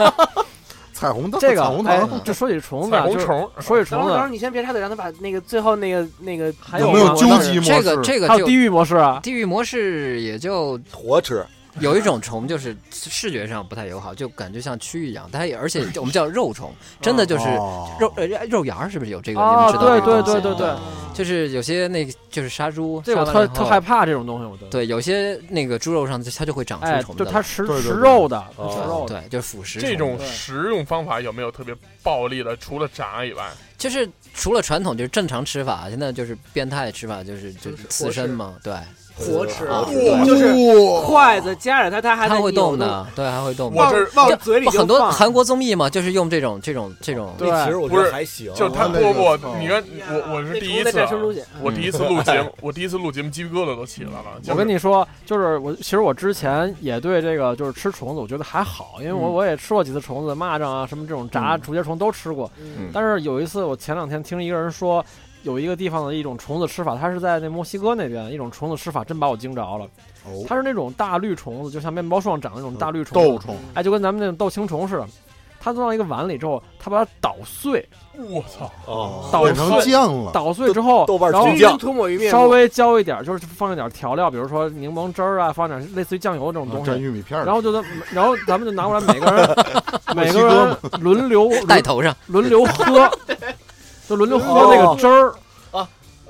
彩虹灯，这彩个虹哎糖，，就说起虫子彩啊，虹就是虫，说起等虫会儿，等会儿子，啊你先别插嘴，让他把那个最后那个那个还有有没有吗究极模这式个？这个还有就地狱模式啊？地狱模式也就活吃，有一种虫，就是视觉上不太友好，就感觉像蛆一样。它也而且我们叫肉虫，真的就是哦肉呃肉芽儿，是不是有这个？你啊，们知道对这对个东对西对对，就是有些那个就是杀猪，这我杀完特了以特后害。怕这种东西，我觉得。对，有些那个猪肉上它就会长哎出，虫就子它来。吃对对吃对肉的，哦吃肉的。对，就是腐蚀虫这种对食用方法有没有特别暴力的？除了炸以外，就是除了传统就是正常吃法，现在就是变态吃法，就是就就是是刺活身吃嘛，对，活吃，啊就是哇筷子夹着它，它还它它会动，呢，对，还会动我的。这往嘴里不就很多放韩国综艺嘛，就是用这种这种这种，对那其实我觉不是得还行。就他那不个不哦，你看我我是那第虫一在次这啊儿，生出去我第一次录节目，我第一次录节目鸡皮疙瘩都起来了。我跟你你说，就是我其实我之前也对这个就是吃虫子，我觉得还好，因为我嗯我也吃过几次虫子、蚂蚱啊什么这种炸竹节虫都吃过。嗯但是有一次，我前两天听一个人说，有一个地方的一种虫子吃法，它是在那墨西哥那边一种虫子吃法，真把我惊着了。哦嗯它是那种大绿虫子，就像面包树上长那种大绿虫豆子，虫，哎，就跟咱们那种豆青虫似的。它弄到一个碗里之后，它把它捣碎，我操，哦，捣变成碎酱了，捣碎之后，豆瓣然后菌均酱匀涂抹于面部，稍微浇一点儿，就是放一点儿调料，比如说柠檬汁儿啊，放点儿类似于酱油这种东啊蘸西。玉米片儿，然后就咱，然后咱们就拿过来，每个人每个人轮流带轮头上，轮流喝，就轮流喝那个汁儿。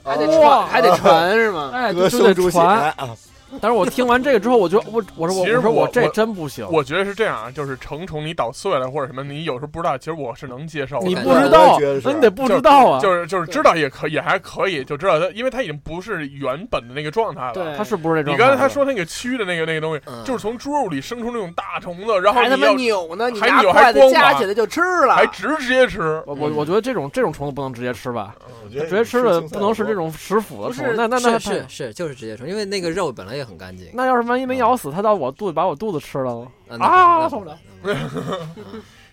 还得哇传，还得传是吗？哎，就就哥胸得猪血传。啊，但是我听完这个之后，我就我我说我其实我说我这我真不行，我觉得是这样啊，就是成虫你捣碎了或者什么，你有时候不知道，其实我是能接受的。你感不觉知我道，也觉得是那你得不知道啊。就是就是知道也可以，也还可以，就知道它，因为它已经不是原本的那个状态了。对，他是不是那种？你刚才他说那个蛆的那个那个东西，嗯就是从猪肉里生出那种大虫子，然后还他你妈要扭呢，你还拿扭还筷子光滑夹起来就吃了，还直接吃，我我我觉得这种这种虫子不能直接吃吧，我觉得直接吃了青菜不能是多这种食腐的不虫是。那那那是是是，就是直接说，因为那个肉本来也很干净那要是万一没咬死，它到我肚子把我肚子吃了呢？啊啊那受不了那那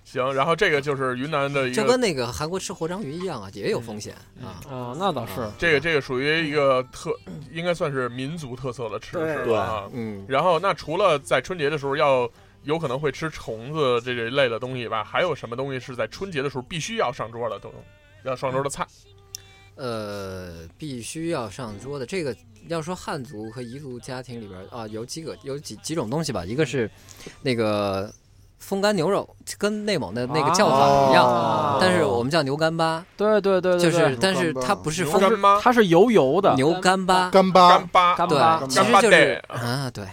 行。然后这个就是云南的一就个，跟那个韩国吃活章鱼一样啊，也有风险啊。啊，那倒是。这个这个属于一个特，应该算是民族特色的吃对食了啊。嗯，然后那除了在春节的时候要有可能会吃虫子这一类的东西以外，还有什么东西是在春节的时候必须要上桌的东，要上桌的菜？呃，必须要上桌的这个，要说汉族和彝族家庭里边儿啊，有几个有几几种东西吧，一个是那个风干牛肉，跟内蒙的那个叫法一样，哦但是我们叫牛干巴，对对对，对就对是但是它不是牛风干妈、它是油油的，牛干巴，干干巴、巴干巴对，其实就干是巴啊，对，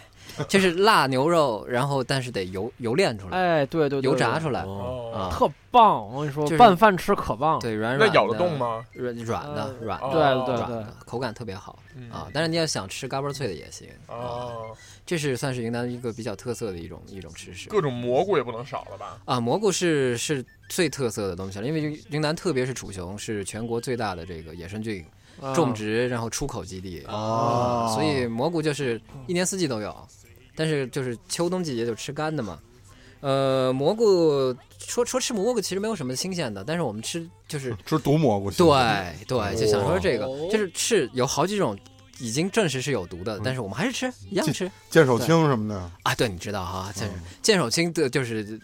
就是辣牛肉，然后但是得油油炼出来，哎，对对对，油炸出来哦，啊，特棒！我跟你说就，是拌饭吃可棒。对软那软的，咬得动？吗？软软的呃软哦的。对对软对的，口感特别好嗯啊！但是你要想吃嘎嘣脆的也行啊，哦，这是算是云南一个比较特色的一种一种吃食各种蘑菇也不能少了吧？啊。蘑菇是是最特色的东西了，因为云云南特别是楚雄是全国最大的这个野生菌啊种植然后出口基地哦啊，所以蘑菇就是一年四季都有，但是就是秋冬季节就吃干的嘛。呃，蘑菇说说吃蘑菇其实没有什么新鲜的，但是我们吃 *laughs* 就是吃毒蘑菇。对对，就想说这个哦，就是是有好几种已经证实是有毒的，但是我们还是吃，一样吃见手青什么的，啊。对，你知道哈，就是剑手青的，就是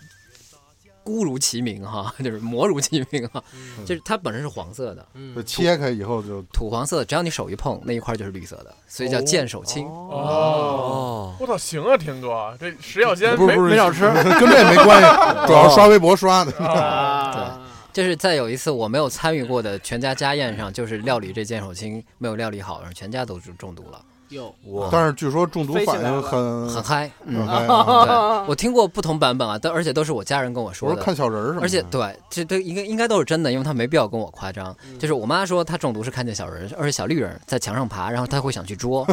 菇如其名哈， *laughs* 就是魔如其名哈，就是它本身是黄色的，就切开以后就土黄色的，只要你手一碰，那一块就是绿色的，所以叫剑手青。哦，哦，我操，行啊，天哥，这食药监不没是不是没少吃跟这没关系，主要刷微博刷的。啊，就是在有一次我没有参与过的全家家宴上，就是料理这剑手青没有料理好，然后全家都中中毒了，有但是据说中毒反应很很嗨。嗯很，嗨。对，我听过不同版本啊，但而且都是我家人跟我我说是的。看小人儿什么的，而且对，这这应该应该都是真的，因为他没必要跟我夸张。嗯就是我妈说她中毒是看见小人，而且小绿人在墙上爬，然后她会想 *laughs* 去捉。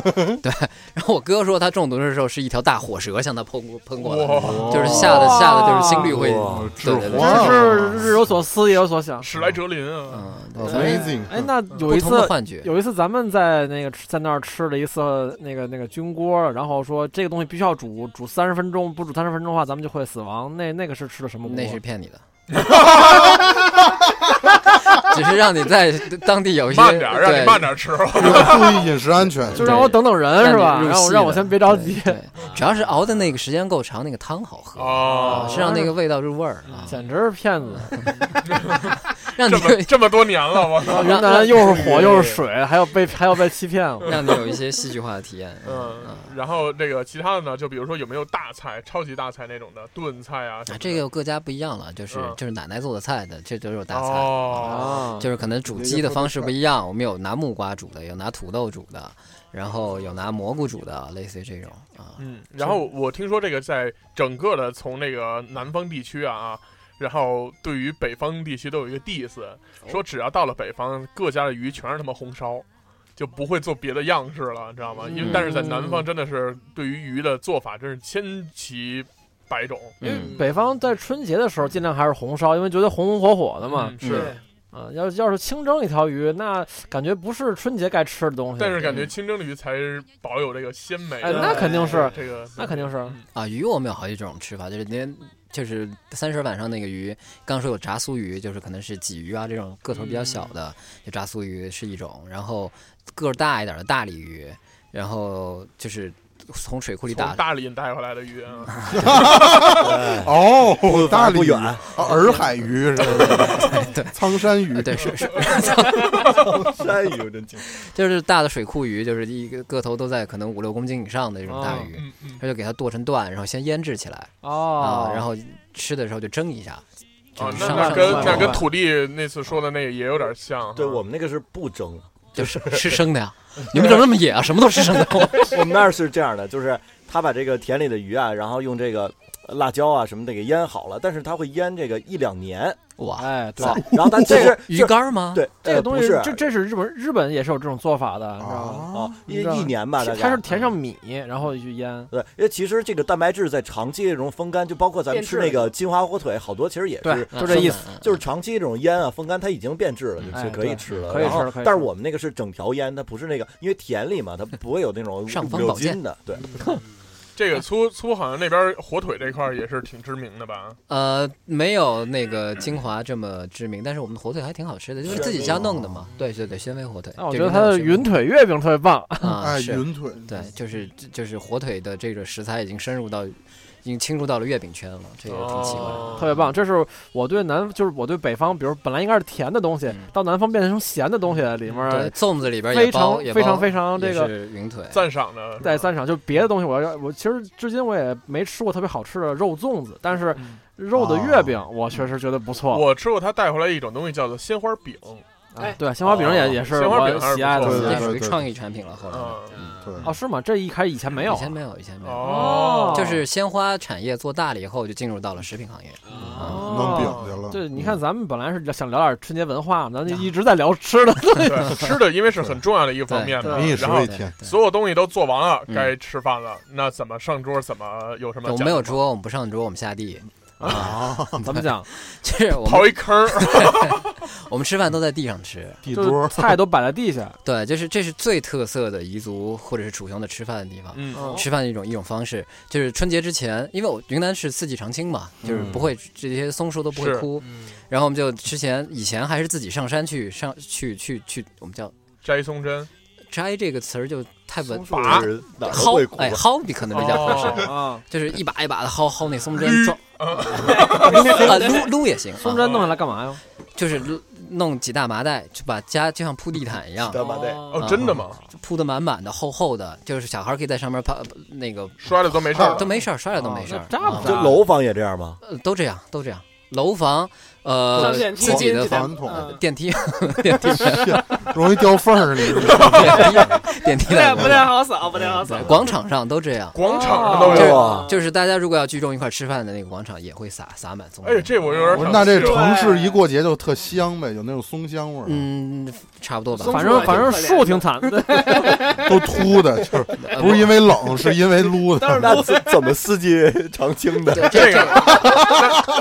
对，然后我哥说他中毒的时候是一条大火蛇向他喷过喷过来，哇，就是吓得吓得就是心率会哇，对对对真哇，是日有所思，夜有所想。史莱哲林啊，嗯，对， amazing。哎，那有嗯不一同的次，幻觉，有一次咱们在那个吃在那儿吃了一次那个那个菌锅，然后说这个东西必须要煮煮三十分钟，不煮三十分钟的话咱们就会死亡。那那个是吃的什么锅？那是骗 *laughs* 你的。只是让你在当地嗯有一些慢点儿，让对你慢点儿吃。注意饮食安全，就让我等等人是吧？让你入让我戏让我的先别着急。对，对主要是熬的那个时间够长，那个汤好喝。啊，哦，是让那个味道入味儿啊，简直是骗子！让你这么这么多年了，我操，云南啊又是火又是水，还要被还要被欺骗 *laughs* *laughs* 我。让你有一些戏剧化的体验。嗯啊，然后这个其他的呢，就比如说有没有大菜、超级大菜那种的炖菜啊什么啊的？这个各家不一样了，就是嗯就是奶奶做的菜的，这都有大菜，哦，啊，就是可能煮鸡的方式不一样，我们有拿木瓜煮的，有拿土豆煮的，然后有拿蘑菇煮的，类似于这种啊。嗯，然后我听说这个在整个的从那个南方地区啊，然后对于北方地区都有一个 diss，说只要到了北方，各家的鱼全是他妈红烧。就不会做别的样式了，你知道吗？因为嗯但是在南方真的是对于鱼的做法真是千奇百种，嗯，北方在春节的时候尽量还是红烧，因为觉得红红火火的嘛嗯。是，啊，要要是清蒸一条鱼，那感觉不是春节该吃的东西。 *laughs* 但是感觉清蒸的鱼才是保有这个鲜美的。哎那肯定是这个，那肯定是嗯啊，鱼我们有好几种吃法，就是连就是三十晚上那个鱼，刚说有炸酥鱼，就是可能是鲫鱼啊这种个头比较小的，嗯就炸酥鱼是一种，然后个儿大一点的大鲤鱼，然后就是从水库里打从大理带回来的鱼嗯啊，哦，大大理不远， *laughs* 啊洱海鱼是吧？对苍山鱼呃，*laughs* 对，是是，山鱼我真惊。就是大的水库鱼，就是一个个头都在可能五六公斤以上的这种大哦鱼，嗯嗯，他就给它剁成段，然后先腌制起来哦啊，，然后吃的时候就蒸 *laughs* 一下，啊就，那上那上跟上那跟上土地那次说的那个也有点像哈。对我们那个是不蒸，就是吃生的呀， *laughs* 你们怎么那么野啊？什么都吃生的， *laughs* 我们那儿是这样的，就是他把这个田里的鱼啊，然后用这个呃辣椒啊什么的给腌好了，但是他会腌这个一两年，哇，哎，对，然后他这是鱼干儿吗？对这个东西呃不这是这是日本日本也是有这种做法的，你知道吗？啊啊，一你知道一年吧，大概嗯它是填上米，然后去腌。对，因为其实这个蛋白质在长期这种风干，就包括咱们吃那个金华火腿，好多其实也对是，。啊就这意思。，生的嗯就是长期这种腌啊，风干它已经变质了，就是哎可以吃对了。可以然后吃了可以吃了但是我们那个是整条腌，它不是那个，因为田里嘛，它不会有那种上方柳宝剑筋的。对，这个粗粗好像那边火腿这块儿也是挺知名的吧？呃，没有那个金华这么知名，但是我们的火腿还挺好吃的，就是自己家弄的哦嘛。对对对，宣威火腿。那我就觉得哦云它南的宣威云腿月饼特别棒，啊哎，是，云腿对，就是就是火腿的这个食材已经深入到已经侵入到了月饼圈了，这个挺奇怪的。哦特别棒。这是我对南，就是我对北方，比如本来应该是甜的东西，到南方变成咸的东西，里对，面粽子里边非也常包，也非常包非常这也个是云腿，赞赏的是吧在赞赏，就别的东西我要我其实至今我也没吃过特别好吃的肉粽子，但是肉的月饼我确实觉得不错。我吃过他带回来一种东西，叫做鲜花饼。嗯啊对，鲜花饼也也是鲜花饼我还是喜爱不错的这对属于对创意产品了。后来啊对，哦，是吗？这一开始以前没有以，前没有，以前没嗯有。哦就是鲜花产业做大了以后，就进入到了食品行业。弄饼去了。对，你看咱们本来是想聊点春节文化，咱就一直在聊吃的。 *laughs* 对，吃的因为是很重要的一个方面嘛民以，食然后为天，所有东西都做完了，嗯该吃饭了。那怎么上桌？怎么有什么我讲究们吗？没有桌，我们不上桌，我们下地。 *laughs* 怎么讲？就是我们刨一坑儿， *laughs* 我们吃饭都在地上吃。地就是桌菜都摆在地下，对，就是这是最特色的彝族或者是楚雄的吃饭的地方。嗯吃饭的一种一种方式，就是春节之前，因为我云南是四季常青嘛，就是不会这些松树都不会是枯，然后我们就之前以前还是自己上山去上去去去，我们叫摘松针，摘这个词儿就太文拔就是哪儿都嗯会啊薅，鼓哎，薅比可能比哦较合适，啊，就是一把一把的薅薅那松针装，啊撸撸也行，松啊针弄下来干嘛呀？就是撸弄几大麻袋，就把家就像铺地毯一样，干嘛的？嗯哦，真的吗？铺的满满的、厚厚的，就是小孩可以在上面爬，那个摔了都没事儿都。没事儿，摔了都没事儿哦，那炸不啊就楼房也这样 *laughs* 吗？呃都这样，都这样。楼房，呃上，电梯自己的传房统嗯电梯，电梯，容易掉缝儿里。电梯不太的不太好扫，不太好扫。广场上都这样。广哦场上都就是有，哇就是大家如果要聚众一块儿吃饭的那个广场，也会撒撒满松。哎，这我有点我说想那这吃城市一过节就特香呗，有那种松香味儿，嗯，差不多吧。反正反正树挺惨的，都秃的，就是不是因为冷，是因为撸的。那怎怎么四季常青的？这个，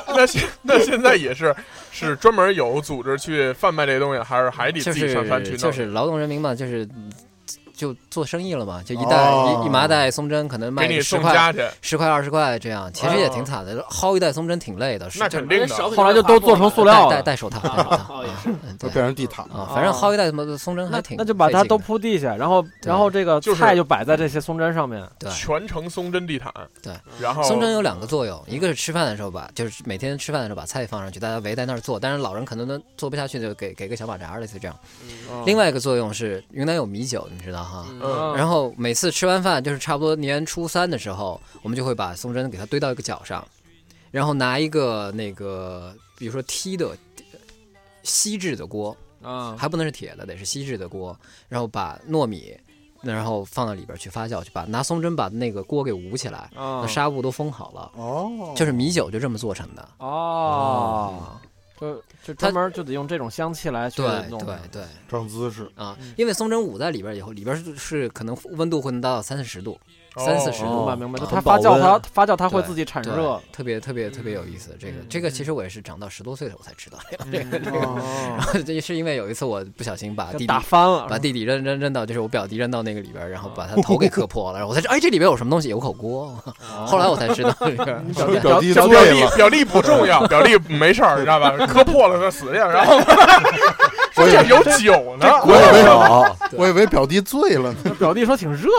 那那现那现在也是是专门有组织去贩卖这些东西，还是还得就自己上山去是弄？就是劳动人民嘛，就是就做生意了嘛，就一袋、哦一一麻袋松针可能给卖你十送块家去，十块二十块这样，其实也挺惨的，薅一袋松针挺累的，是那就是肯定少的。后来就都做成塑料戴戴了。戴手套，戴手套哦也嗯嗯就对变成地毯了。啊，反正薅一袋什么松针还那挺那就把费它劲都的嗯铺地下，然后然后这个就是菜就摆在这些松针上面。对。全程松针地毯，对，然后松针有两个作用，一个是吃饭的时候把，就是每天吃饭的时候把菜放上去，大家围在那儿做，但是老人可能都做不下去，就给给个小把扎儿类似这样。哦另外一个作用是云南有米酒，你知道哈。嗯嗯然后每次吃完饭，就是差不多年初三的时候，我们就会把松针给它堆到一个角上，然后拿一个那个，比如说踢的呃锡制的锅，啊，还不能是铁的，得是锡制的锅，然后把糯米，然后放到里边去发酵，去把拿松针把那个锅给捂起来，啊那纱布都封好了，哦，就是米酒就这么做成的。哦，就就它专门就得用这种香气来去对弄。对对长姿势，啊，因为松针捂在里边以后，里边是是可能温度会能达到三四十度，哦三四十明度白。明白，就啊它很保发酵，温它发酵，它会对自己产对 *laughs* 热。嗯特别特别特别有意思。这个这个其实我也是长到十多岁了我才知道，哦，这是因为有一次我不小心把就弟弟打翻了。把弟弟扔扔扔到，就是我表弟扔到那个里边儿，然后把他头给磕破了，然后我才知道，哎，这里边有什么东西，有口锅。哦 *laughs* 后来我才知道这 *laughs* 个，表弟表表醉弟了，表弟不重要，表弟没事儿，你知道吧？磕破了他死定，然后说 *laughs* 这儿有啊酒呢，我以为 *laughs* 哦我以为表弟醉了呢， *laughs* 表弟说挺热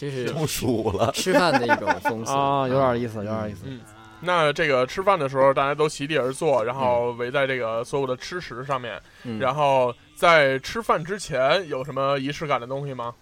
这是中暑了，吃饭的一种 *laughs* 风俗嗯啊，有点意思，有点意思。那这个吃饭的时候，大家都席地而坐，然后围在这个所有的吃食上面。嗯然后在吃饭之前有什么仪式感的东西吗？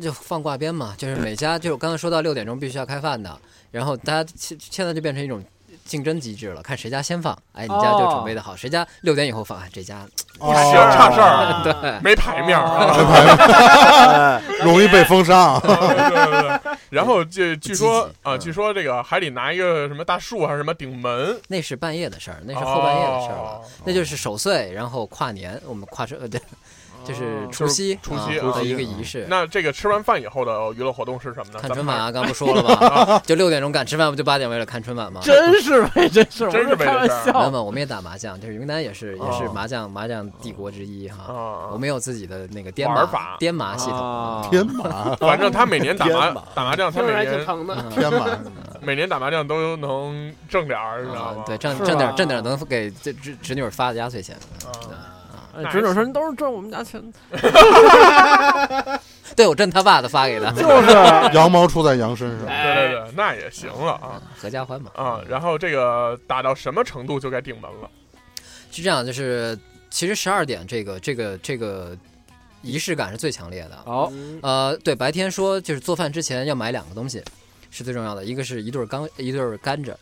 就放挂鞭嘛，就是每家就是我刚才说到六点钟必须要开饭的，然后大家现现在就变成一种竞争机制了，看谁家先放，哎，你家就准备的好，谁家六点以后放，哎，这家哦不行，差事儿，对，没牌面儿啊。哦哎容易被封杀。 *laughs* 啊哎对对 *laughs* 对。然后这据说积极啊，嗯据说这个还得拿一个什么大树还是什么顶门，那是半夜的事儿，那是后半夜的事儿了，哦那就是守岁，然后跨年，我们跨春呃对，就是除夕哦就是除夕啊啊的一个仪式。那这个吃完饭以后的娱乐活动是什么呢？看咱春们晚啊，刚不说了 *laughs* 吧？就六点钟赶吃饭，不就八点为了看春晚吗？真是为这事儿，真是我为这开玩事儿没笑有没。有，我们也打麻将，就是云南也是也是哦麻将麻将帝国之一啊哈。啊我们有自己的那个颠玩麻法哦颠麻系统，啊天马，反正他每年打麻天哪打麻将，他听每着还挺年疼的。嗯天马，每年打麻将都能挣点儿，你知道啊吗？对，挣是挣点吧挣点能给这侄侄女儿发的压岁钱。啊嗯哎侄女说你都是挣我们家钱，对我真他爸的发给他，就是羊毛出在羊身上，对对对，那也行了啊合家欢嘛。啊！然后这个打到什么程度就该定门了？是这样，就是其实十二点这个这个这个仪式感是最强烈的。好呃，对，白天说就是做饭之前要买两个东西，是最重要的，一个是一对儿刚一对儿甘蔗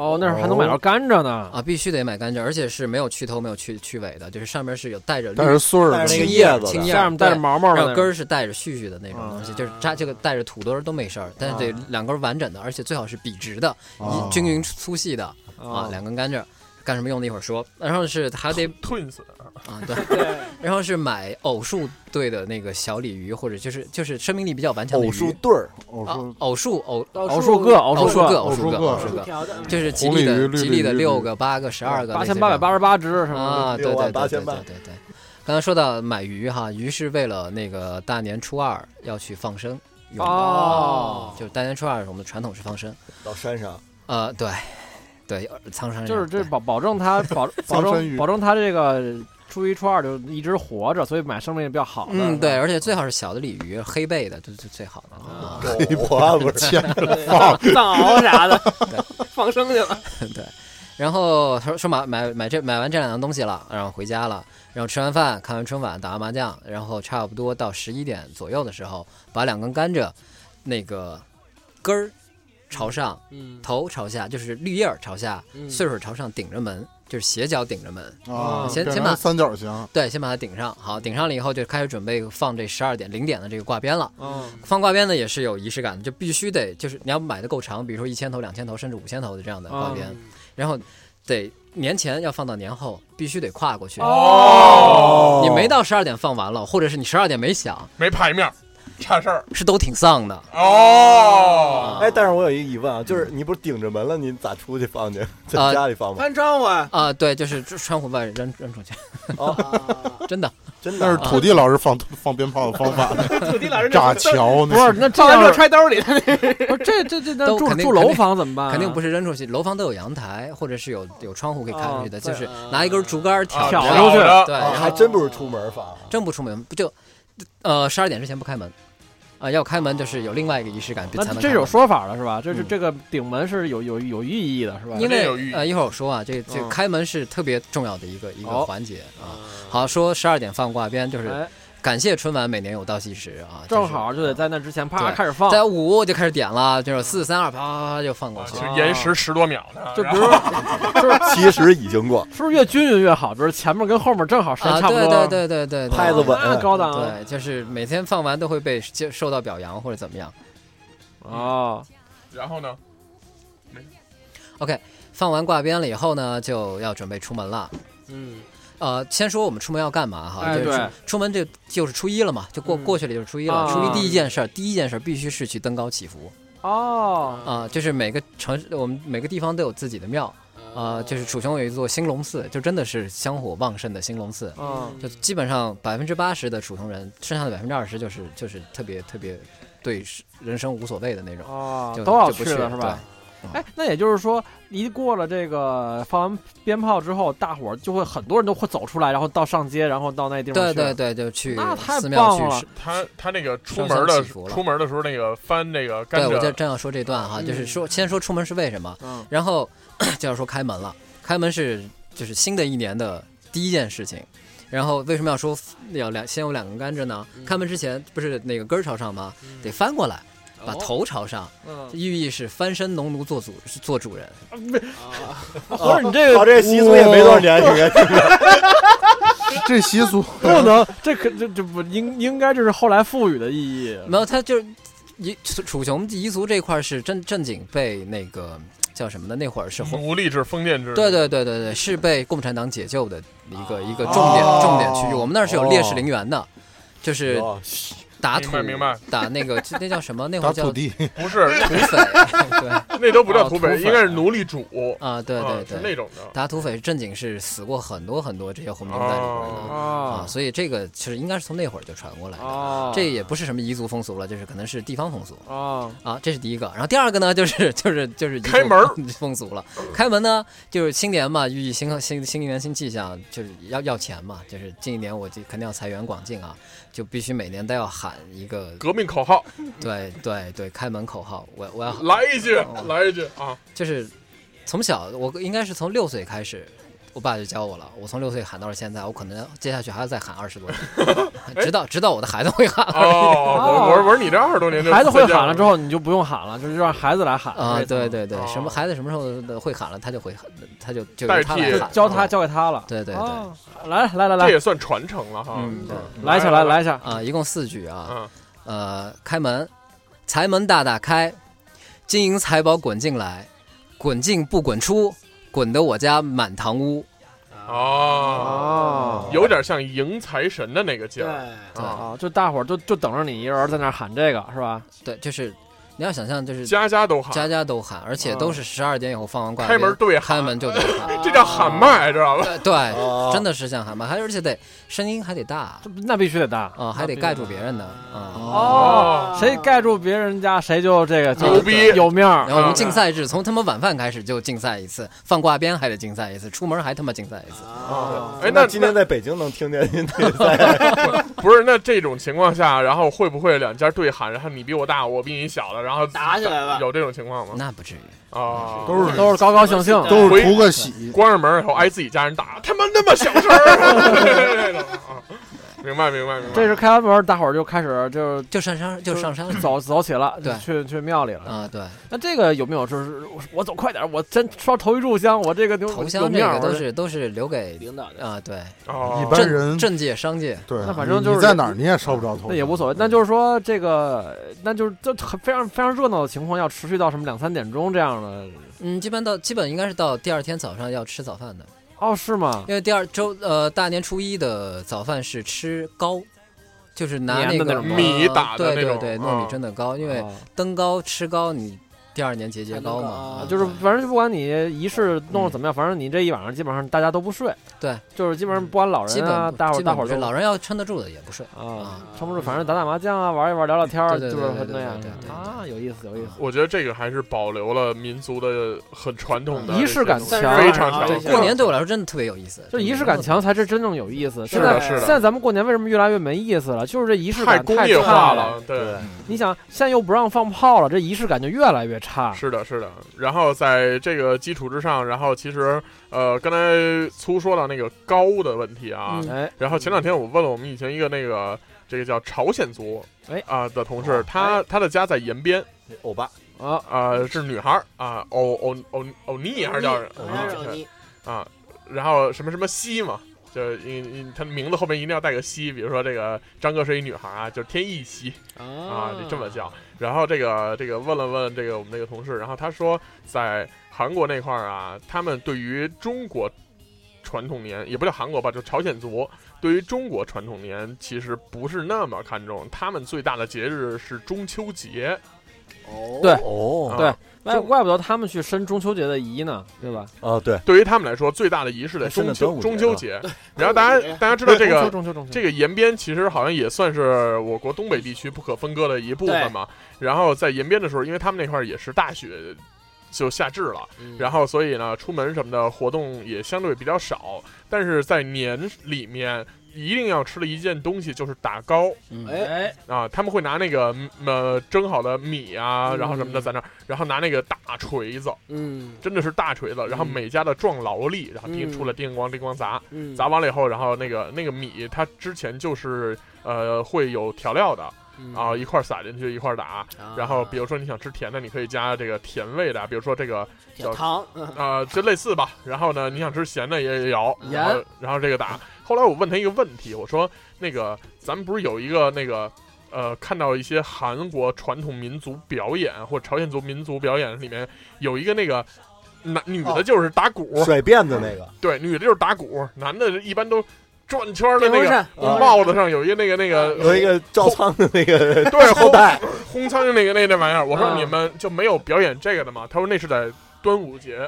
哦，那时候还能买到甘蔗呢，啊，必须得买甘蔗，而且是没有去头没有去去尾的，就是上面是有带着绿但是穗儿但是青那个叶叶子的青叶下面带着对毛毛然的后根儿是带着絮絮的那种东西，啊就是扎这个带着土豆儿都没事儿，但是得两根儿完整的，而且最好是笔直的、啊一均匀粗细的啊啊，，两根甘蔗。干什么用的？一会儿说。然后是还得 Twins 啊，对， *laughs* 然后是买偶数队的那个小鲤鱼，或者就是就是生命力比较顽强的鱼。偶数对儿，我啊说，偶数偶偶数个，偶偶数数个，偶偶数数个个，偶偶数数个个，条的，就是吉红鲤利鱼的绿吉鲤利的鱼六个、八个、十二个，八千八百八十八只什么啊，对六对万对八对千对八对对。刚才说到买鱼哈，鱼是为了那个大年初二要去放生的用的，哦，就是大年初二我们的传统是放生，到山上呃，对，对，苍山就是这对保保证 *laughs* 它保保桑葚证鱼保证它这个初一初二就一直活着，所以买生命力比较好的。嗯，对，，而且最好是小的鲤鱼，黑背的，这这最好的哦啊。黑婆不是 *laughs* 牵着放，藏獒啥的，放生去了。 *laughs* 对，然后他说说买买买这买完这两样东西了，然后回家了，然后吃完饭，看完春晚，打完麻将，然后差不多到十一点左右的时候，把两根甘蔗那个根儿朝上，嗯，头朝下，就是绿叶儿朝下，穗儿朝上，顶着门，就是斜角顶着门。啊，先变先成把三角形，对，先把它顶上，好，顶上了以后就开始准备放这十二点零点的这个挂鞭了。嗯，放挂鞭呢也是有仪式感的，就必须得就是你要买的够长，比如说一千头、两千头甚至五千头的这样的挂鞭，然后得年前要放到年后，必须得跨过去。哦哦你没到十二点放完了，或者是你十二点没响，没牌面儿，差事儿是都挺丧哦的。哦。哎，但是我有一疑问啊，就是你不是顶着门了，你咋出去放去？ *laughs* 在啊家里放吗？翻窗户啊，啊、对，就是窗户外扔扔 *laughs* 出去，哦啊真的。真那的是啊土地老师放放鞭炮的方 *laughs* 法，土地老师炸桥不那是那这放完之后样揣兜里，他那不是这这这那都住肯定住肯楼定房怎么办啊？肯定不是是扔出去，楼房都有阳台，或者是有有窗户可以看出去的，哦就对是拿一根竹竿挑挑着出去着对，啊然后还真不是出门放啊，真不出门，不就呃十二点之前不开门啊、要开门就是有另外一个仪式感，那才能这开是有门说法的是吧？这是嗯这个顶门是有有有意义的是吧？哎因这有寓为意呃一会儿我说啊，这这嗯开门是特别重要的一个一个好环节啊。好，说十二点放挂鞭，就是哎，感谢春晚每年有倒计时啊，就正是好就得在那之前啪对开始放，在五就开始点了，就是四三二啪啪啪就放过啊去就。延时十多秒呢，就然比后如就是其实已经过，是不是越均匀越好？比如前面跟后面正好时间啊，差不多，哦对对对对对，对拍子稳那高档啊对，就是每天放完都会被接受到表扬或者怎么样。哦然后呢？放完挂鞭了以后呢，就要准备出门了。嗯，呃，先说我们出门要干嘛哈？哎就是对出出门就就是初一了嘛，就过、嗯过去了就是初一了。啊初一第一件事儿，第一件事儿必须是去登高祈福哦啊、就是每个城市我们每个地方都有自己的庙啊、就是楚雄有一座兴隆寺，就真的是香火旺盛的兴隆寺。哦就基本上百分之八十的楚雄人，剩下的百分之二十就是就是特别特别对人生无所谓的那种，哦就，都要就不去了是吧？？对哎，那也就是说，一过了这个放完鞭炮之后，大伙儿就会很多人都会走出来，然后到上街，然后到那地方去。对对对，就去那太寺庙棒去了他他那个出门的上香祈福了出门的时候，那个翻那个甘对，我就蔗，正要说这段哈，就是嗯说先说出门是为什么，嗯然后 *clears throat* 就要说开门了。开门是就是新的一年的第一件事情。然后为什么要说要两先有两根甘蔗呢？嗯开门之前不是那个根儿朝上吗？嗯得翻过来，把哦头朝上，嗯，寓意是翻身农奴做主做主人。啊不哦是你这哦个好，这习俗也没多少年，你别听着，这习俗不能，这可这这不应应该这是后来赋予的意义。嗯没有，他就是一楚楚雄彝族这块儿是正正经被那个叫什么呢？那会儿是红。奴隶制、封建制，对对对对对，是被共产党解救哦哦 *laughs* 的一个一个重点重点区域。我们那儿是有烈士陵园的，就是哦打明土，白明白 *laughs* 打那个那叫什么？那会打儿叫土 *laughs* 地，不是土匪，对那都不叫哦土土匪，匪应该是奴隶主啊， *laughs* 对啊对是对，那种的。打土匪正经是死过很多很多这些红兵在里边哦的、啊哦啊，所以这个其实应该是从那会儿就传过来的。啊，这也不是什么彝族风俗了，就是可能是地方风俗哦啊，啊，这是第一个。然后第二个呢，就是就是就是彝族开门儿风俗了。开门呢，就是新年嘛，寓意新新新年新气象，就是要要钱嘛，就是近一年我就肯定要财源广进啊，就必须每年都要喊一个革命口号，对对对开门口号，我我要来一句，哦来一句啊！ *laughs* 就是从小我应该是从六岁开始，我爸就教我了。我从六岁喊到了现在，我可能接下去还要再喊二十多 *laughs* 年，直到直到我的孩子会喊。哦，我我我说你这二十多年就孩子会喊了之后，后，你就不用喊了，就是让孩子来喊啊，对，对对哦，什么孩子什么时候会喊了，他就会喊，他就就代由替他来喊，啊教他教给他了。对对对，哦，来来来这来也算传承了哈。嗯对来一下，来来一下，啊，一共四句啊，嗯，呃，开门，财门大大开，金银财宝滚进来，滚进不滚出，滚得我家满堂屋。哦，啊，有点像迎财神的那个劲对，儿。对啊啊，就大伙儿就就等着你一人在那儿喊这个是吧？对，就是你要想象，就是家家都喊，家家都喊，而且都是十二点以后放完挂开门对喊哦开门就得喊，这叫喊麦，知道吧？对对，哦真的是像喊麦，还而且得声音还得大这不那必须得大。啊，还得盖住别人的啊。哦，谁盖住别人家，谁就这个牛逼有面儿嗯然后我们竞赛制，从他妈晚饭开始就竞赛一次，放挂鞭还得竞赛一次，出门还他妈竞赛一次。啊哎，那今天在北京能听见您这在那不是那这种情况下，然后会不会两家对喊，然后你比我大，我比你小的，然后打起来了有这种情况吗？那不至于，啊，都是嗯都是高高兴兴。都是图个喜，关上门以后挨自己家人打，他妈那么小声 *laughs* 儿，这 *laughs* 种啊明白明白明白。这是开完门，大伙儿就开始就就上山就上山走走起了，对去去庙里了。啊，对，那这个有没有就是我我走快点儿，我真刷头一炷香，我这个牛头有香这面个儿都是都是留给领导的啊，对，哦一般人政政界商界对，那反正你就是你在哪儿你也烧不着头，那也无所谓。那就是说，这个那就是这很非常非常热闹的情况，要持续到什么两三点钟这样的？嗯，基本到基本应该是到第二天早上要吃早饭的，哦，是吗？因为第二周呃大年初一的早饭是吃糕，就是拿粘的那那个种呃米打的那对对种对，嗯糯米蒸的糕，因为哦登高吃糕，你第二年节节高还能嘛高啊，就是对反正不管你仪式弄得怎么样，反正你这一晚上基本上大家都不睡。对，就是基本上不管老基人本啊，不大伙基大本伙儿不是都老人要撑得住的也不睡。啊啊，撑不住，反正打打麻将啊，玩一玩，聊聊天儿，对就对是对对那样对对对嗯对啊，有意思，有意思。我觉得这个还是保留了民族的很传统的仪式感这些强非常强对过年对我来说真的特别有意思，啊就仪式感强才是真正有意思。是现的在是的现在咱们过年为什么越来越没意思了？就是这仪式太感工太业化差了，对。你想，现在又不让放炮了，这仪式感就越来越差。是的，是的。然后在这个基础之上，然后其实呃，刚才粗说到那个高的问题啊，嗯哎，然后前两天我问了我们以前一个那个这个叫朝鲜族哎啊、的同事，他他的家在延边欧巴，啊，啊、是女孩儿啊，欧欧欧欧尼还是叫什我么家惹你啊？然后什么什么西嘛。就是你你他名字后面一定要带个西，比如说这个张哥是一女孩啊，就是天意西，啊，得这么叫。然后这个这个问了问这个我们那个同事，然后他说在韩国那块儿啊，他们对于中国传统年也不叫韩国吧，就朝鲜族对于中国传统年其实不是那么看重，他们最大的节日是中秋节。哦对啊哦对怪怪不得他们去申中秋节的仪呢，对吧？哦对，对于他们来说，最大的仪式在还真中的秋端午节中秋呢节。然后大端午家节大家知道这中个秋中秋中秋，这个延边其实好像也算是我国东北地区不可分割的一部分嘛。然后在延边的时候，因为他们那块儿也是大雪就下至了，嗯嗯然后所以呢，出门什么的活动也相对比较少。但是在年里面，一定要吃的一件东西就是打糕嗯，哎啊，他们会拿那个嗯呃蒸好的米啊，然后什么的在那儿，然后拿那个大锤子，嗯真的是大锤子，然后每家的撞劳力，然后叮嗯出了叮咣叮咣砸。嗯砸完了以后，然后那个那个米，它之前就是呃会有调料的嗯啊，一块儿撒进去一块儿啊打。然后比如说你想吃甜的，你可以加这个甜味的，比如说这个小糖嗯啊，就类似吧。然后呢，你想吃咸的也也有，盐然后然后这个打。后来我问他一个问题，我说那个咱们不是有一个那个。呃，看到一些韩国传统民族表演或朝鲜族民族表演里面有一个那个哦男女的，就是打鼓，甩辫子那个 *laughs* 对，女的就是打鼓，男的一般都转圈儿的那电风个扇啊帽子上有一个那个那个有一个照仓的那个对后代，轰苍蝇那个那那玩意儿，我说啊你们就没有表演这个的吗？他说那是在端午节，，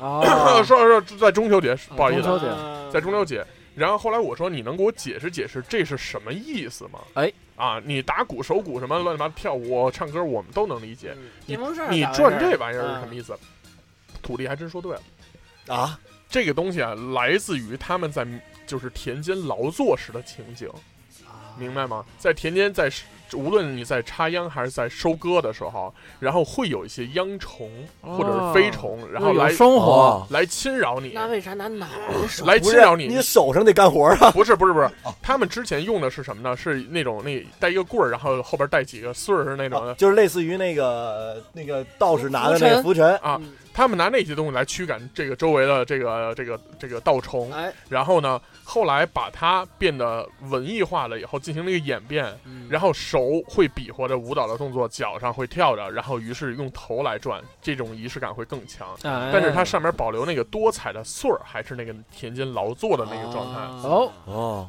啊说说在中秋节，不好意中秋思，节嗯嗯在中秋节。然后后来我说你能给我解释解释这是什么意思吗？哎，啊，你打鼓手鼓什么乱七八糟跳舞唱歌我们都能理解，嗯电风扇你咋回事转这玩意啊儿是什么意思？土地还真说对了，啊，这个东西啊来自于他们在就是田间劳作时的情景。啊嗯啊明白吗？在田间，在无论你在插秧还是在收割的时候，然后会有一些秧虫或者是飞虫， *clears throat* 然后有来生活，哦来侵扰你，那为啥拿 *laughs* 脑袋手？来不侵是扰你手上得干活啊，不是不是不是，他们之前用的是什么呢？是那种那带一个棍儿，然后后边带几个穗儿那种的。就是类似于那个那个道士拿的那个浮拂尘，啊嗯他们拿那些东西来驱赶这个周围的这个这个这个稻虫，哎，然后呢，后来把它变得文艺化了以后，进行了一个演变，然后手会比划着舞蹈的动作，脚上会跳着，然后于是用头来转，这种仪式感会更强。但哎但是它上面保留那个多彩的穗儿，还是那个田间劳作的那个状态啊、哦，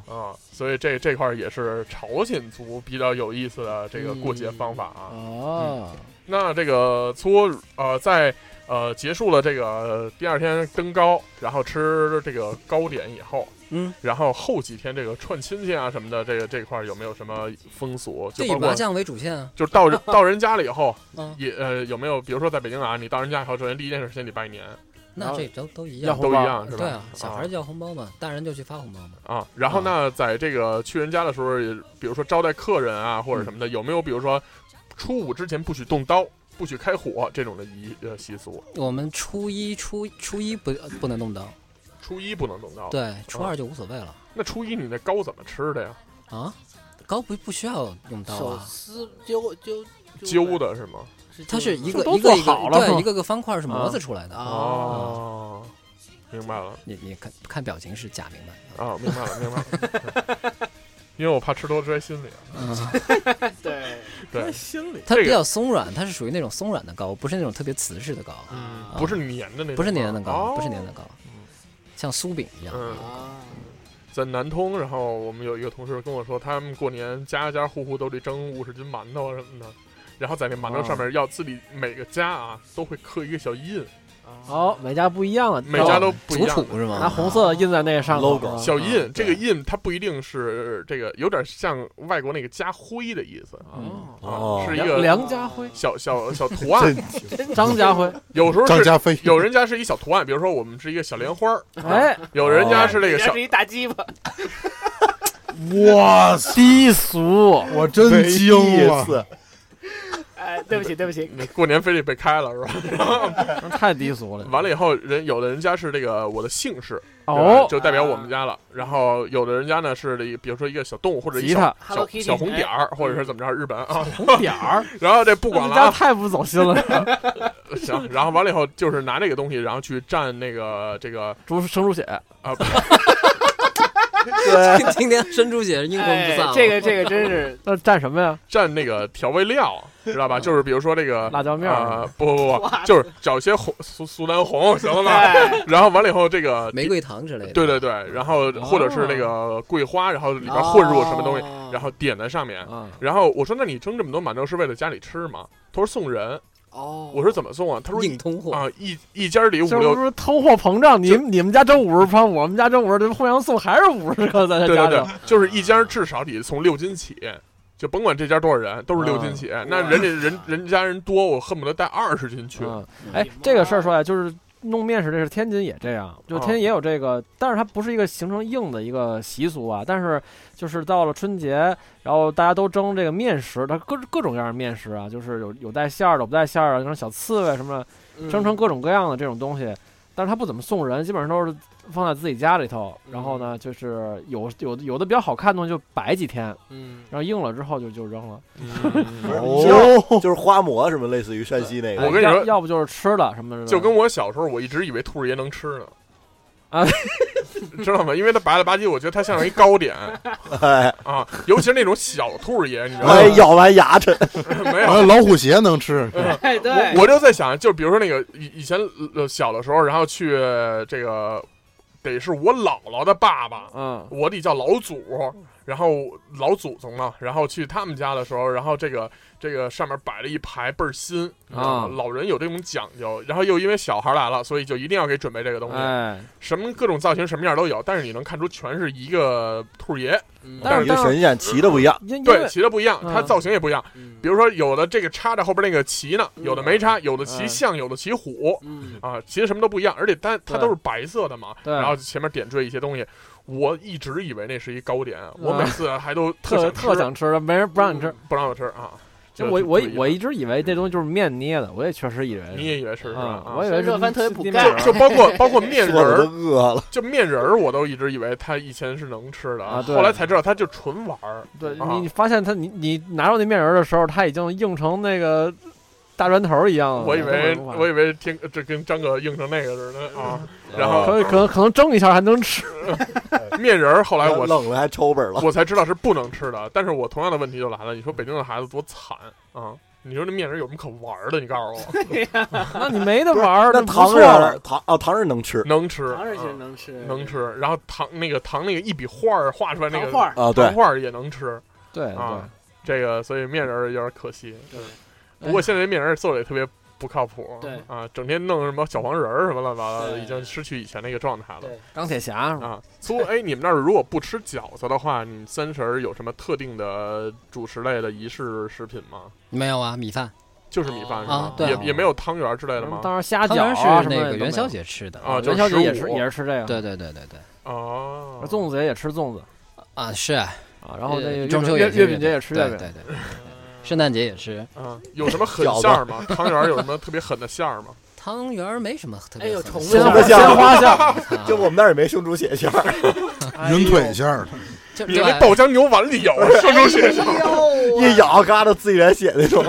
哦，所以这这块儿也是朝鲜族比较有意思的这个过节方法啊。嗯哦，那这个搓呃，在呃结束了这个呃第二天登高，然后吃这个糕点以后，嗯，然后后几天这个串亲戚啊什么的，这个这块儿有没有什么风俗？就就以包括麻将为主线啊，就是到人到人家了以后嗯，也呃有没有比如说在北京啊，你到人家以后，首先第一件事先得拜年，那这都都一要样红。都一包样是吧？啊对啊，小孩儿就要红包嘛，大人就去发红包嘛。啊，然后啊那在这个去人家的时候，也比如说招待客人啊或者什么嗯的，有没有比如说初五之前不许动刀、不许开火这种的仪呃习俗？我们初一、初初一不呃不能动刀，初一不能动刀，对，初二就无所谓了那初一你那糕怎么吃的呀？啊。高不不需要用刀手啊，撕揪揪揪，的是吗？它是一个都一个做一个好了吗对一个个方块是磨子出来的。啊，哦，明白了你你看看表情是假明白啊啊，明白了，明白了。 *laughs* 因为我怕吃多摔心里，啊嗯，对，对，心里它这比个较松软，它是属于那种松软的糕，不是那种特别瓷实的糕，嗯啊不是粘的那种，不是粘的糕，哦不是粘的。糕，像酥饼一样。嗯，啊，在南通，然后我们有一个同事跟我说，他们过年家家户户都得蒸五十斤馒头啊什么的，然后在那馒头上面要自己每个家啊都会刻一个小印，哦，每家不一样的，每家都不一祖样。谱是吗？ *laughs* 拿红色的印在那上头 Logo 是吧小印，这个嗯对印它不一定是这个，有点像外国那个家徽的意思嗯啊，哦是一梁个梁 *laughs* 家辉、小小 *laughs* 小图案，张 *laughs* 家辉，有时候张是家辉，有人家是一小图案，比如说我们是一个小莲花儿，哎，有人家是这个人家小是一大鸡巴，哇塞，低俗，我真惊意了，思，哎，对不起，对 *laughs* 不起，过年非得被开了是吧？ *laughs* 哎太低俗了。完了以后，人有的人家是这个我的姓氏，哦，就代表我们家了。然后有的人家呢是这个，比如说一个小动物或者一吉他小 Hello 小 Kitty，小红点儿，或者是怎么着，日本啊。红点儿， *laughs* 然后这不不管了家啊，太不走心了。 *laughs* 行。然后完了以后就是拿这个东西，然后去蘸那个这个猪生猪血，啊，对，今天深猪血是阴魂不散哎了。，这个这个 *laughs* 真是那蘸什么呀？蘸那个调味料，知道吧？就是比如说这个辣椒面儿。啊，不 *laughs* 不不，就是找些红苏苏丹红，行了吧？哎， *laughs* 然后完了以后这个玫瑰糖之类的。对对对，然后或者是那个桂花，然后里边混入什么东西，哦然后点在上面。啊，然后我说：“那你蒸这么多馒头是为了家里吃吗？”他说：“送人。”哦，我说：“怎么送啊？”他说：“硬通货。啊，一一家里五这不六，是通货膨胀？你就你们家挣五十磅，我们家挣五十，这互相送还是五十个在对对这家对，里就是一家至少得从六斤起，就甭管这家多少人，都是六斤起。嗯那人家人人家人多，我恨不得带二十斤去。嗯， *laughs* 哎，这个事儿说来就是。弄面食这是天津也这样，就天津也有这个，但是它不是一个形成硬的一个习俗啊。但是就是到了春节，然后大家都蒸这个面食，它各各种各样的面食啊，就是有有带馅儿的，有不带馅儿的，那种小刺猬什么的，嗯蒸成各种各样的这种东西，但是它不怎么送人，基本上都是放在自己家里头。然后呢，就是有有有的比较好看的东西就摆几天，嗯，然后硬了之后就就扔了。哦，就是花馍什么，类似于山西那我个，跟你哎说要要不就是吃的什么的，就跟我小时候，我一直以为兔儿爷能吃呢。啊， *laughs* 知道吗？因为它白了吧唧，我觉得它像一糕 *laughs* 点哎，啊，尤其是那种小兔儿爷，你知道吗？哎，咬完牙碜，没有完，了老虎鞋能吃，哎，对，呃我就在想，就比如说那个以以前呃小的时候，然后去这个得是我姥姥的爸爸，嗯，我得叫老祖，然后老祖宗了，然后去他们家的时候，然后这个这个上面摆了一排倍儿新啊老人有这种讲究，然后又因为小孩来了，所以就一定要给准备这个东西，哎，什么各种造型什么样都有，但是你能看出全是一个兔爷，嗯但是一个神仙骑的不一样，因因对，为骑的不一样，嗯它造型也不一样，嗯比如说有的这个插着后边那个旗呢，有的没插，有的骑嗯象，有的骑虎，嗯啊，其实什么都不一样，而且它它对都是白色的嘛，对然后前面点缀一些东西，我一直以为那是一糕点，啊我每次还都嗯特想特吃，想吃，没人不让你吃。不让我吃啊，就就我我就我一直以为这东西就是面捏的，我也确实以为你也以为是是吧啊？，啊我以为是热饭特别自补己钙买的就包 *laughs* 括包括面说人的我都儿，饿了。就面人儿，我都一直以为它以前是能吃的，啊对后来才知道它就纯玩儿，对啊你你发现它，你你拿到那面人的时候，它已经硬成那个大砖头一样了。我以为根本无法我以为天这跟张哥硬成那个似的啊，嗯然可后能可能可能蒸一下还能 *laughs* 吃。面人儿后来哎我冷了还抽本了，我才知道是不能吃的。但是我同样的问题就来了，你说北京的孩子多惨啊！你说这面人有什么可玩儿的？你告诉我，那你没得玩儿，那不糖错是糖哦，糖是能吃能吃，当然是啊能吃，能吃。然后糖那个糖那个一笔画儿画出来那糖个画儿啊，对糖，画儿也能吃哦哎对啊。这个所以面人儿有点可惜。嗯对不过现在这面人儿做的也特别不靠谱，对啊，整天弄什么小黄人儿什么乱七八糟的，对已经失去以前那个状态了。对钢铁侠是吧？啊，苏哎，你们那儿如果不吃饺子的话，你们三十儿有什么特定的主食类的仪式食品吗？没有啊，米饭就是米饭是啊吗？对也也没有汤圆儿之类的什么吗？嗯当然虾当饺然是啊什么的那个都没元宵有哦节吃的。啊，就元是宵节也15是也是吃这个，对对对对对哦，啊粽子也吃粽子啊，是啊，啊，然后那个中秋月也吃月饼节也吃对月对饼，对对，圣诞节也吃啊，有什么狠馅儿吗？汤圆儿有什么特别狠的馅儿吗？汤圆儿，没什么特别哎呦狠重的温馅什么儿。馅儿鲜花馅儿，啊 *laughs* 就我们那儿也没生猪血馅儿，云腿馅儿的，就你那对爆浆牛丸里有啊生猪血馅儿 *laughs* 一咬嘎的自然血那种。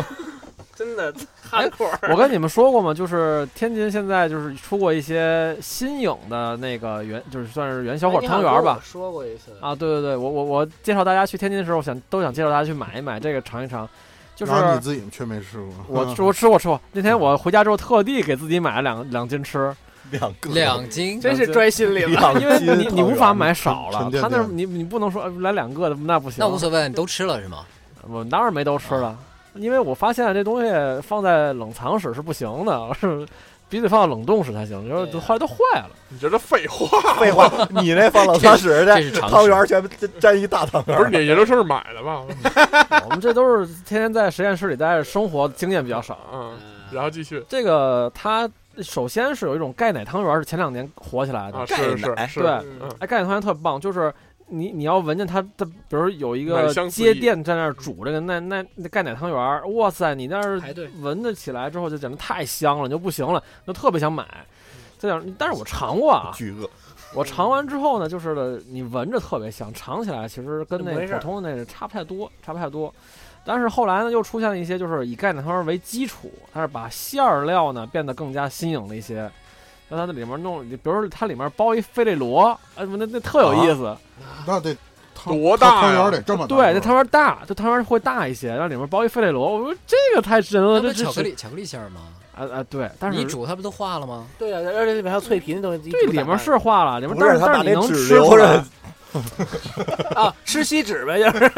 真的憨口儿，我跟你们说过嘛，就是天津现在就是出过一些新颖的那个元，就是算是元宵哎或者汤圆儿吧。说过一次，啊，对对对，我我我介绍大家去天津的时候，我想都想介绍大家去买一买这个尝一尝，就是然后你自嗯己却没吃过。我吃我吃过吃过，那天我回家之后特地给自己买了两两斤吃，两个两斤，真是拽心里了。嗯两因为斤你汤你无圆法儿买少了沉，甸他那儿甸你你不能说呃来两个的那不行，那无所谓，你都吃了是吗？我当然没都吃了，因为我发现这东西放在冷藏室是不行的， *laughs* 是必须得放到冷冻室才行。然后对啊后来都坏了， *laughs* 你这都废话，废话，你那放冷藏室这去，是常识汤圆儿全沾沾一大汤圆不是儿。你研究生是买的吧？ *laughs* 我们这都是天天在实验室里待着，生活经验比较少。嗯，然后继续这个它首先是有一种钙奶汤圆，是前两年火起来的啊，。是是盖奶是，嗯对嗯，哎，钙奶汤圆特棒，就是你你要闻见它的，比如有一奶个香四溢街店在那儿煮这个那那那钙奶汤圆，哇塞，你那儿排队闻得起来之后就简直太香了，你就不行了，你就特别想买。这样，但是我尝过啊，巨饿，我尝完之后呢，就是呢你闻着特别香，尝起来其实跟那没事普儿通的那个差不太多，差不太多。但是后来呢，又出现了一些就是以钙奶汤为基础，但是把馅儿料呢变得更加新颖了一些。让它那里面弄，比如说它里面包一费列罗，哎，那那特有意思。啊那得汤多大汤圆呀儿得这么大，对，那汤圆大，这汤圆会大一些，让里面包一费列罗。我说这个太神了，那不这是这巧克力巧克力馅儿吗？啊啊对，但是你煮它不都化了吗？ *laughs* 对啊，而且里面还有脆皮那东西，这里面是化了，里面不但是是他把但是你那能纸吃出留来 *laughs* 着。，啊，吃锡纸呗，就是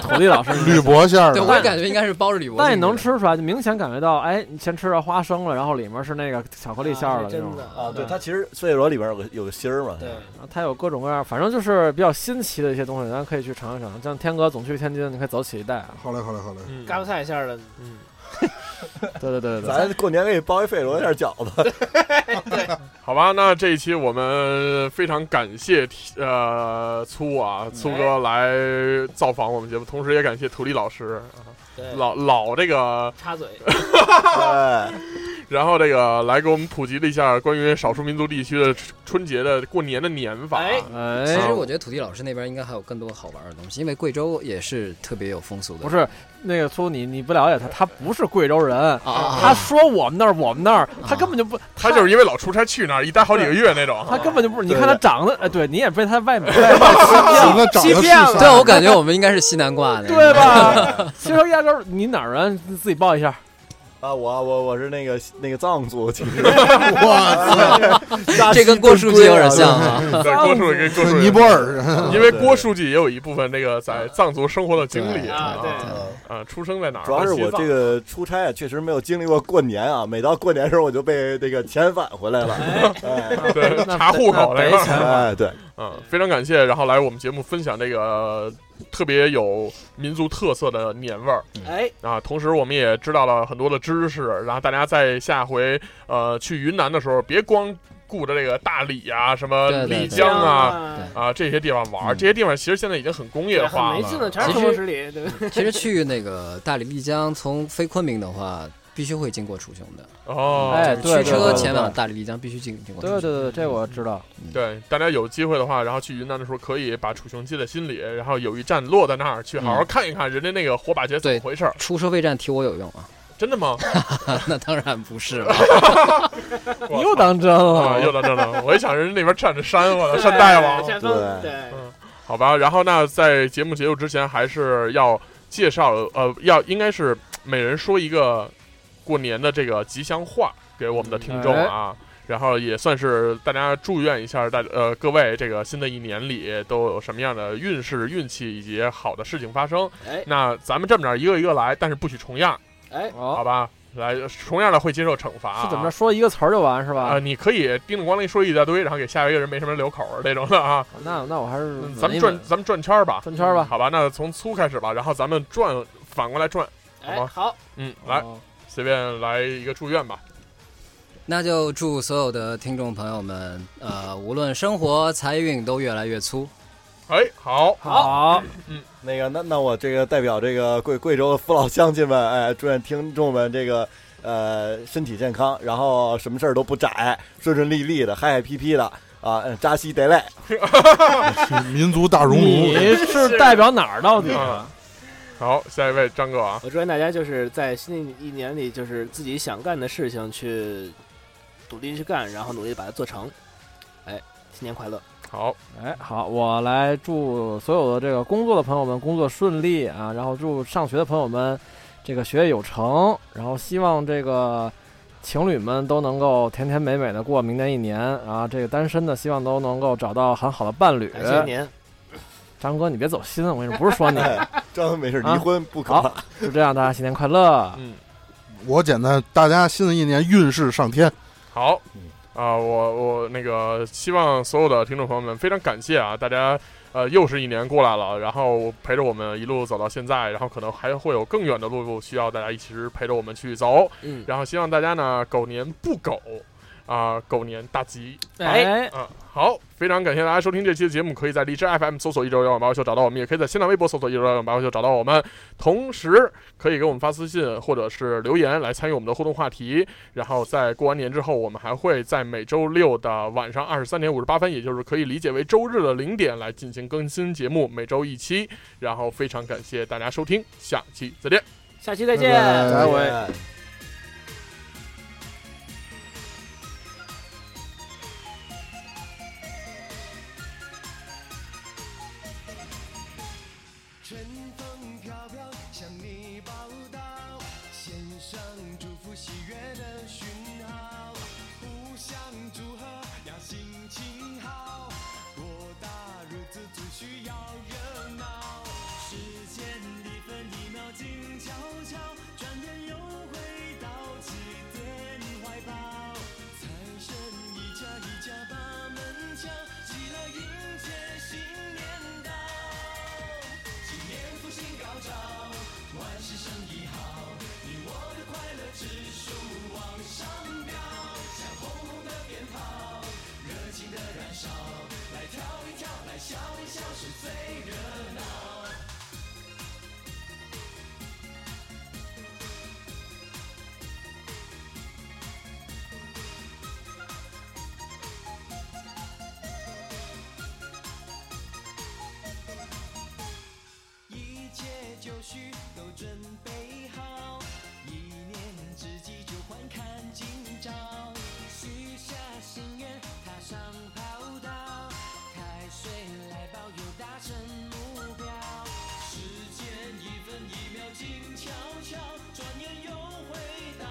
土地老师，铝箔馅儿对，我也的，感觉应该是包着铝箔。但你能，吃出来，就明显感觉到，哎，你先吃着花生了，然后里面是那个巧克力馅儿啊了，是这真种的。啊，对，嗯它其实脆螺里边有个有个芯儿嘛，对，啊它有各种各样，反正就是比较新奇的一些东西，咱可以去尝一尝。像天哥总去天津，你可以早起一代啊。好嘞好嘞好嘞，嗯嘎巴菜馅儿的，对对对对对，咱过年给你包一费螺馅儿饺子，好吧，那这一期我们非常感谢呃粗啊粗哥来造访我们节目，同时也感谢土力老师，对，老老这个插嘴，对，然后这个来给我们普及了一下关于少数民族地区的春春节的过年的年法。哎其哎，实我觉得土地老师那边应该还有更多好玩的东西，因为贵州也是特别有风俗的。不是那个苏，你你不了解他，他不是贵州人。啊啊，他说我们那儿，我们那儿，他根本就不，他就是因为老出差去那儿一待好几个月那种。他根本就不是。你对看他长得，哎，对，你也被他外貌外貌 *laughs* 行了，长得欺是骗了啥对，我感觉我们应该是西南挂的，对吧？其实压根儿你哪儿人，你自己报一下。啊，我我我是那个那个藏族，其 *laughs* 实啊哇扎西这跟郭书记有点像啊对对，郭书记跟郭书记尼泊尔 *laughs* 因为郭书记也有一部分这个在藏族生活的经历对啊对啊，出生在哪儿？主要是我西藏这个出差啊，确实没有经历过过年啊。每到过年的时候，我就被这个遣返回来了。哎， *laughs* 对查户口那那块北儿，*laughs* 哎对，嗯，非常感谢，然后来我们节目分享这个呃特别有民族特色的年味儿哎，啊。同时，我们也知道了很多的知识，然后大家在下回呃去云南的时候，别光顾着这个大理啊、什么对对对丽江啊啊，啊这些地方玩儿，嗯这些地方其实现在已经很工业对化很了，啊没劲了，全是其头实文十里，对不对？其实去那个大理丽江，从飞昆明的话，必须会经过楚雄的。哦，哎对驱车对对前往对大理丽江必须经经过对楚对雄。对，这我知道。对，大家有机会的话，然后去云南的时候，可以把楚雄记在心里，然后有一站落在那儿，去好好看一看人家那个火把节怎么嗯对回事儿。出收费站提我有用啊？真的吗？那当然不是了。你又当真了啊，？又到这了，我一想人家那边占着山，我的山大王对。山峰，*laughs* 对对，好吧，然后那在节目结束之前，还是要介绍，呃，要应该是每人说一个过年的这个吉祥话给我们的听众啊，然后也算是大家祝愿一下大呃各位这个新的一年里都有什么样的运势、运气以及好的事情发生。哎那咱们这么着一个一个来，但是不许重样，哎，哦好，吧？来，重样的会接受惩罚、是怎么着？？说一个词儿就完是啊、吧？你可以叮咣啷一说一大堆，然后给下一个人没什么留口儿这种的啊。嗯那那我还是咱闻们一转闻咱们转圈儿吧，嗯转圈儿吧好吧，那从粗开始吧，然后咱们转反过来转，好哎，吧好，嗯，来、哦随便来一个祝愿吧。 *laughs* 那就祝所有的听众朋友们，呃，无论生活财运都越来越粗。哎，好，好，那个那那我这个代表这个贵贵州的父老乡亲们，哎，祝愿听众们这个呃身体健康，然后什么事儿都不窄，顺顺利利的，嗨嗨皮皮的啊，嗯扎西得嘞。民族大熔炉，你是代表哪儿到底？嗯，啊好，下一位张哥啊，我祝愿大家就是在新的一年里，就是自己想干的事情去努力去干，然后努力把它做成。哎，新年快乐！好，哎，好，我来祝所有的这个工作的朋友们工作顺利啊，然后祝上学的朋友们这个学业有成，然后希望这个情侣们都能够甜甜美美的过明年一年啊，这个单身的希望都能够找到很好的伴侣。感谢您，张哥，你别走心，我跟你说，不是 *laughs* 说你，哎， *laughs* 张没事，离啊婚不可好怕。就这样，大家新年快乐。嗯，我简单，大家新的一年运势上天，好，啊、我我那个希望所有的听众朋友们非常感谢啊，大家。呃，又是一年过来了，然后陪着我们一路走到现在，然后可能还会有更远的路需要大家一直陪着我们去走，嗯，然后希望大家呢狗年不狗，啊、狗年大吉，哎，啊，好，非常感谢大家收听这期的节目，可以在荔枝 FM 搜索一周摇滚八卦秀找到我们，也可以在新浪微博搜索一周摇滚八卦秀找到我们。同时，可以给我们发私信或者是留言来参与我们的互动话题。然后在过完年之后，我们还会在每周六的晚上二十三点五十八分，也就是可以理解为周日的零点来进行更新节目，每周一期。然后非常感谢大家收听，下期再见。下期再见，拜拜我哎春风飘飘向你报道，献上祝福喜悦的讯号，互相祝贺要心情好，过大日子总需要热闹，时间一分一秒静悄悄，转眼又回到起点怀抱，财神一家一家把门敲，喜乐迎接新年到。新年福星高照，万事生意好，你我的快乐指数往上飙，像红红的鞭炮，热情的燃烧，来跳一跳，来笑一笑，是最热闹。一切就绪都准备好，一年之计就换看今朝。许下心愿，踏上跑道，开水来抱，有达成目标。时间一分一秒静悄悄，转眼又回到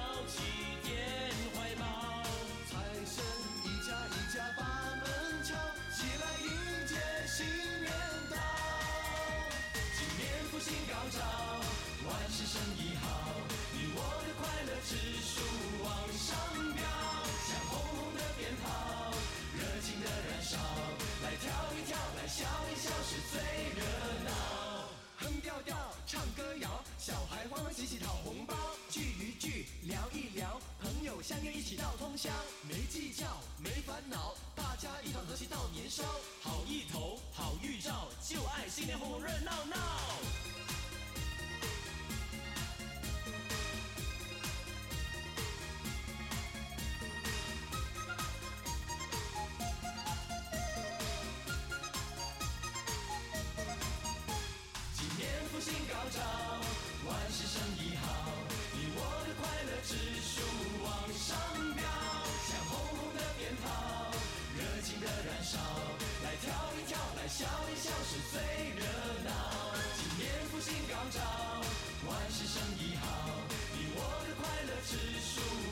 市最热闹。哼调调，唱歌谣，小孩欢欢喜喜讨红包，聚一聚，聊一聊，朋友相约一起到通宵，没计较，没烦恼，大家一团和谐到年宵，好意头，好预兆，就爱新年红红热热闹闹。今年福星高照，万事生意好，你我的快乐指数往上飙，像红红的鞭炮，热情的燃烧，来跳一跳，来笑一笑，是最热闹。今年福星高照，万事生意好，你我的快乐指数